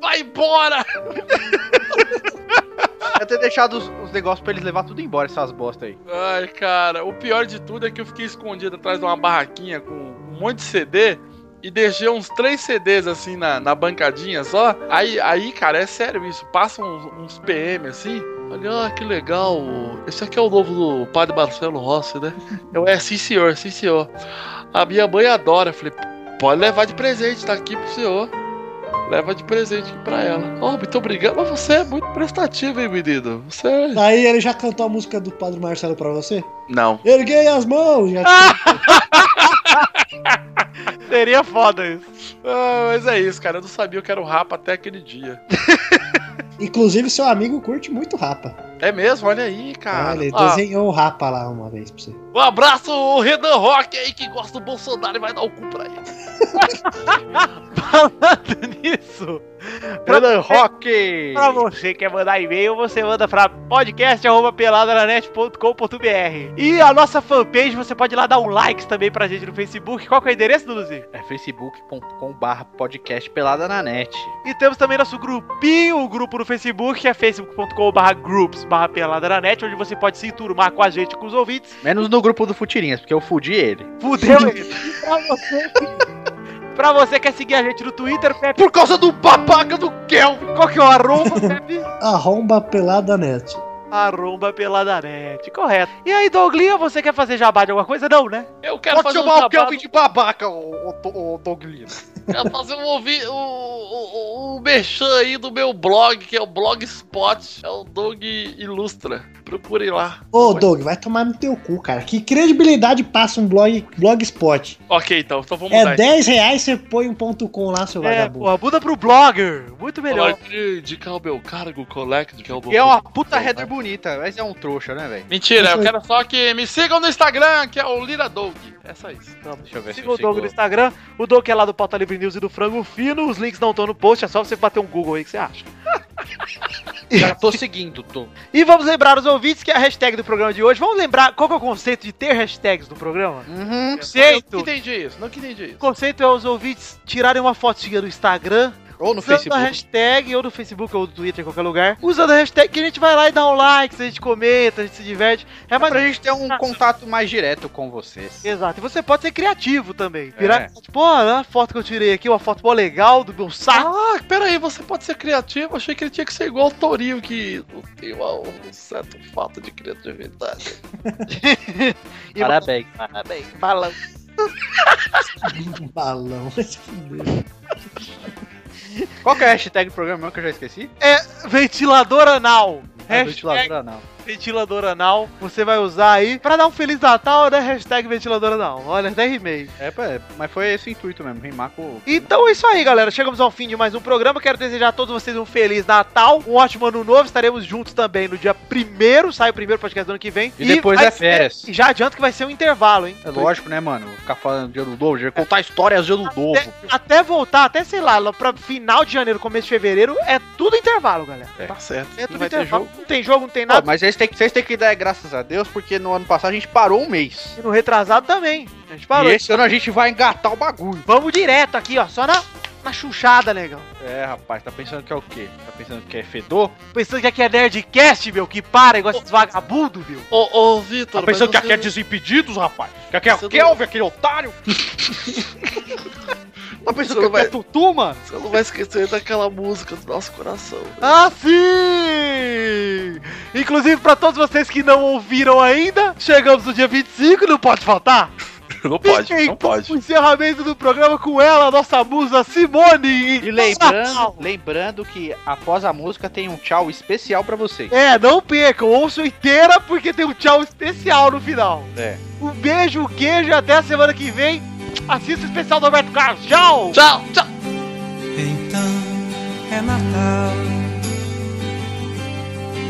Speaker 7: Vai embora.
Speaker 12: Eu ter deixado os, os negócios pra eles levar tudo embora, essas bosta aí.
Speaker 7: Ai, cara, o pior de tudo é que eu fiquei escondido atrás de uma barraquinha com um monte de CD e deixei uns três CDs assim na, na bancadinha só. Aí, aí, cara, é sério isso. Passam uns, uns PM assim. Olha, ó, que legal. Esse aqui é o novo do Padre Marcelo Rossi, né? Eu, é, sim senhor, sim senhor. A minha mãe adora. Eu Falei, pode levar de presente, tá aqui pro senhor. Leva de presente aqui pra ela. Oh, muito obrigado. Mas você é muito prestativo, hein, menino? Você é...
Speaker 3: Aí ele já cantou a música do Padre Marcelo pra você?
Speaker 7: Não.
Speaker 3: Erguei as mãos! Já...
Speaker 6: Seria foda isso.
Speaker 7: Ah, mas é isso, cara. Eu não sabia o que era o rapa até aquele dia.
Speaker 3: Inclusive, seu amigo curte muito rapa.
Speaker 7: É mesmo? Olha aí, cara.
Speaker 3: Olha, ele
Speaker 7: Ah,
Speaker 3: desenhou o rapa lá uma vez pra você.
Speaker 7: um abraço, o Renan Rock aí que gosta do Bolsonaro e vai dar o cu pra ele.
Speaker 6: Falando nisso,
Speaker 5: Renan Rock!
Speaker 6: Pra você que quer mandar e-mail, você manda pra podcast.peladranet.com.br E a nossa fanpage, você pode ir lá dar um like também pra gente no Facebook. Qual que é o endereço, Duduzinho?
Speaker 12: É facebook.com.br podcast pelada na net.
Speaker 6: E temos também nosso grupinho, o grupo no Facebook, que é facebook.com.br groups barra pelada na net, onde você pode se enturmar com a gente, com os ouvintes.
Speaker 12: Menos no grupo do Futirinhas, porque eu fudi ele.
Speaker 6: Fudeu ele. pra você. pra você que quer seguir a gente no Twitter, Pepe.
Speaker 7: Por causa do babaca do Kelvin.
Speaker 6: Qual que é o arroba, Pepe?
Speaker 3: Arromba pelada net.
Speaker 6: Arromba pelada net, correto. E aí, Douglinha, você quer fazer jabá de alguma coisa? Não, né?
Speaker 7: Eu quero
Speaker 6: quero
Speaker 7: fazer um
Speaker 6: chamar o Kelvin
Speaker 7: de
Speaker 5: babaca, ô, ô, ô Douglas.
Speaker 7: Quero fazer um ouvi o, o, o, o merchan aí do meu blog, que é o Blogspot. É o Doug Ilustra. Procure lá.
Speaker 3: Ô, Doug, vai tomar no teu cu, cara. Que credibilidade passa um blog, blogspot?
Speaker 7: Ok, então. Então vamos mudar
Speaker 3: É 10 reais, você põe um ponto com lá, seu
Speaker 6: É,
Speaker 3: vagabundo.
Speaker 6: porra, muda pro blogger. Muito melhor.
Speaker 7: de, de Calbel Cargo Collect, que é o
Speaker 12: E é uma puta header bonita, mas é um trouxa, né, velho?
Speaker 7: Mentira, eu quero só que me sigam no Instagram, que é o Lira Doug. É só isso.
Speaker 12: Deixa eu ver
Speaker 6: Siga o Doug no Instagram. O Doug é lá do Pauta Livre News e do Frango Fino. Os links não estão no post, é só você bater um Google aí que você acha.
Speaker 12: Já tô seguindo, tô.
Speaker 6: E vamos lembrar os ouvintes que a hashtag do programa de hoje. Vamos lembrar qual que é o conceito de ter hashtags no programa?
Speaker 12: Uhum.
Speaker 7: Não
Speaker 6: Conceito.
Speaker 7: entendi isso, não que entendi isso.
Speaker 6: O conceito é os ouvintes tirarem uma fotinha no Instagram.
Speaker 12: Ou no
Speaker 6: usando
Speaker 12: Facebook.
Speaker 6: a hashtag, ou no Facebook, ou no Twitter, em qualquer lugar. Usando a hashtag que a gente vai lá e dá um like, a gente comenta, a gente se diverte. É mais
Speaker 12: Pra gente ter um contato mais direto com vocês.
Speaker 6: Exato, e você pode ser criativo também. Virar,
Speaker 12: É.
Speaker 6: tipo, ó, olha a foto que eu tirei aqui, uma foto mó legal do meu saco.
Speaker 7: Ah, peraí, você pode ser criativo? Achei que ele tinha que ser igual o Torinho, que não tem uma- um certo fato de criatividade.
Speaker 12: Parabéns.
Speaker 6: Parabéns, balão.
Speaker 3: Balão, vai se fuder.
Speaker 12: Qual que é a hashtag do programa mesmo que eu já esqueci?
Speaker 6: É ventilador anal.
Speaker 12: É
Speaker 6: Hashtag
Speaker 12: ventilador anal.
Speaker 6: ventilador anal. Você vai usar aí pra dar um Feliz Natal, né? Hashtag ventilador anal. Olha, até rimei.
Speaker 12: É, pá, é, mas foi esse o intuito mesmo, rimar com...
Speaker 6: Então é isso aí, galera. Chegamos ao fim de mais um programa. Quero desejar a todos vocês um feliz Natal, um ótimo ano novo. Estaremos juntos também no dia primeiro. Sai o primeiro podcast do ano que vem.
Speaker 12: E depois
Speaker 6: vai
Speaker 12: é férias.
Speaker 6: ser- Já adianto que vai ser um intervalo, hein?
Speaker 12: É lógico, né, mano? Ficar falando de ano novo, de contar histórias de ano novo.
Speaker 6: Até voltar, até sei lá, lá pra final de janeiro, começo de fevereiro, é tudo intervalo, galera.
Speaker 7: Tá certo.
Speaker 6: É tudo
Speaker 12: Não vai ter
Speaker 6: intervalo.
Speaker 12: jogo.
Speaker 6: Não tem jogo, não tem
Speaker 12: Pô,
Speaker 6: nada.
Speaker 12: mas vocês têm, que, vocês têm que dar graças a Deus, porque no ano passado a gente parou um mês.
Speaker 6: E no retrasado também. A gente parou.
Speaker 12: E esse ano a gente vai engatar o bagulho.
Speaker 6: Vamos direto aqui, ó. Só na, na chuchada, negão.
Speaker 12: É, rapaz, tá pensando que é o quê? Tá pensando que é fedor?
Speaker 6: Pensando que aqui é Nerdcast, meu, que para, igual esses vagabundos, meu.
Speaker 7: Ô, ô, Vitor.
Speaker 12: Tá pensando que
Speaker 7: mas você
Speaker 12: aqui é
Speaker 7: não-
Speaker 12: desimpedidos, rapaz? Que aqui é
Speaker 7: Você
Speaker 12: o Kelvin, aquele otário? tá pensando que
Speaker 7: Você
Speaker 12: aqui é tutu, mano?
Speaker 7: Você não vai esquecer daquela música do nosso coração.
Speaker 6: Ah, sim! Inclusive, pra todos vocês que não ouviram ainda, chegamos no dia 25, não pode faltar.
Speaker 7: Não
Speaker 6: Fiquem com O encerramento do programa com ela, a nossa musa Simone.
Speaker 12: E lembrando, lembrando que após a música tem um tchau especial pra vocês.
Speaker 6: É, não percam, ouçam inteira porque tem um tchau especial no final.
Speaker 12: É.
Speaker 6: Um beijo, um queijo e até a semana que vem. Assista o especial do Roberto Carlos. Tchau!
Speaker 7: Tchau, tchau!
Speaker 8: É Natal.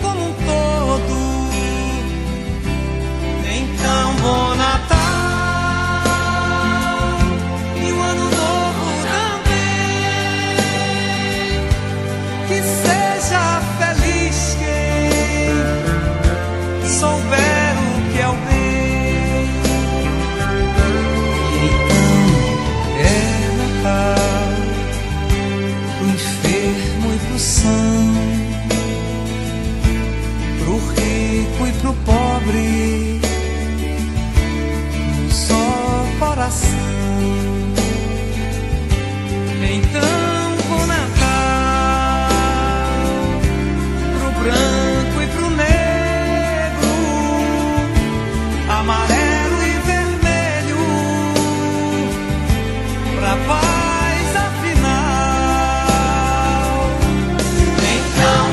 Speaker 8: como um todo. Então, bom Natal e um ano novo também. Que seja feliz quem souber o que é o bem. E então é Natal pro enfermo e pro são Então, Então, Então,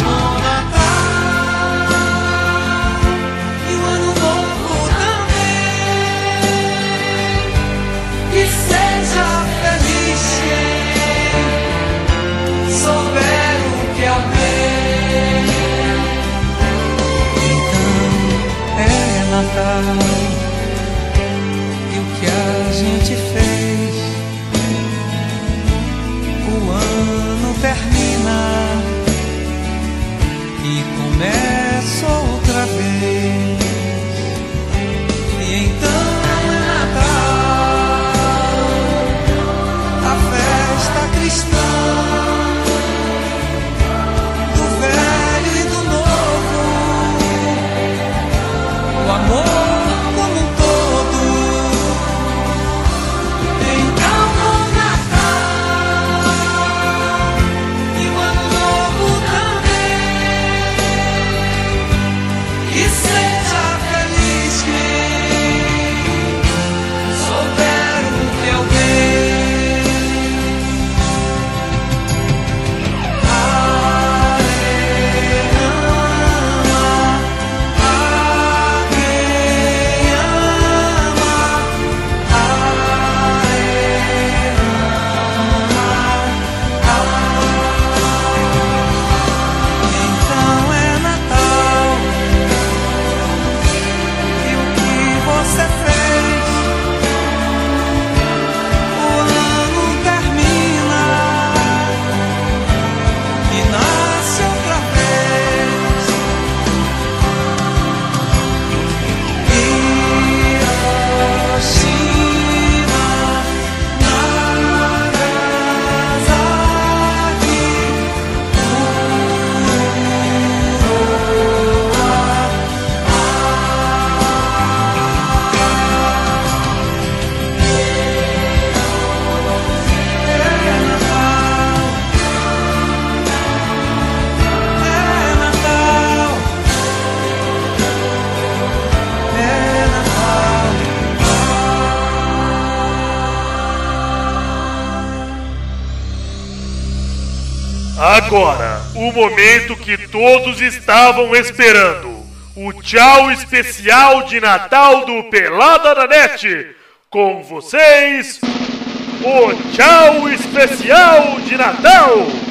Speaker 8: é E o que a gente fez? O ano termina e começa outra vez. E então é Natal, a festa cristã. Do velho e do novo, o amor como um todo. Então no Natal e o ano novo também. E seja feliz quem souber o teu bem. Então é Natal e o que você fez? O ano termina e nasce outra vez. Hiroshima, Nagasaki.
Speaker 14: Agora, o momento que todos estavam esperando. O tchau especial de Natal do Pelada na Net. Com vocês, o tchau especial de Natal.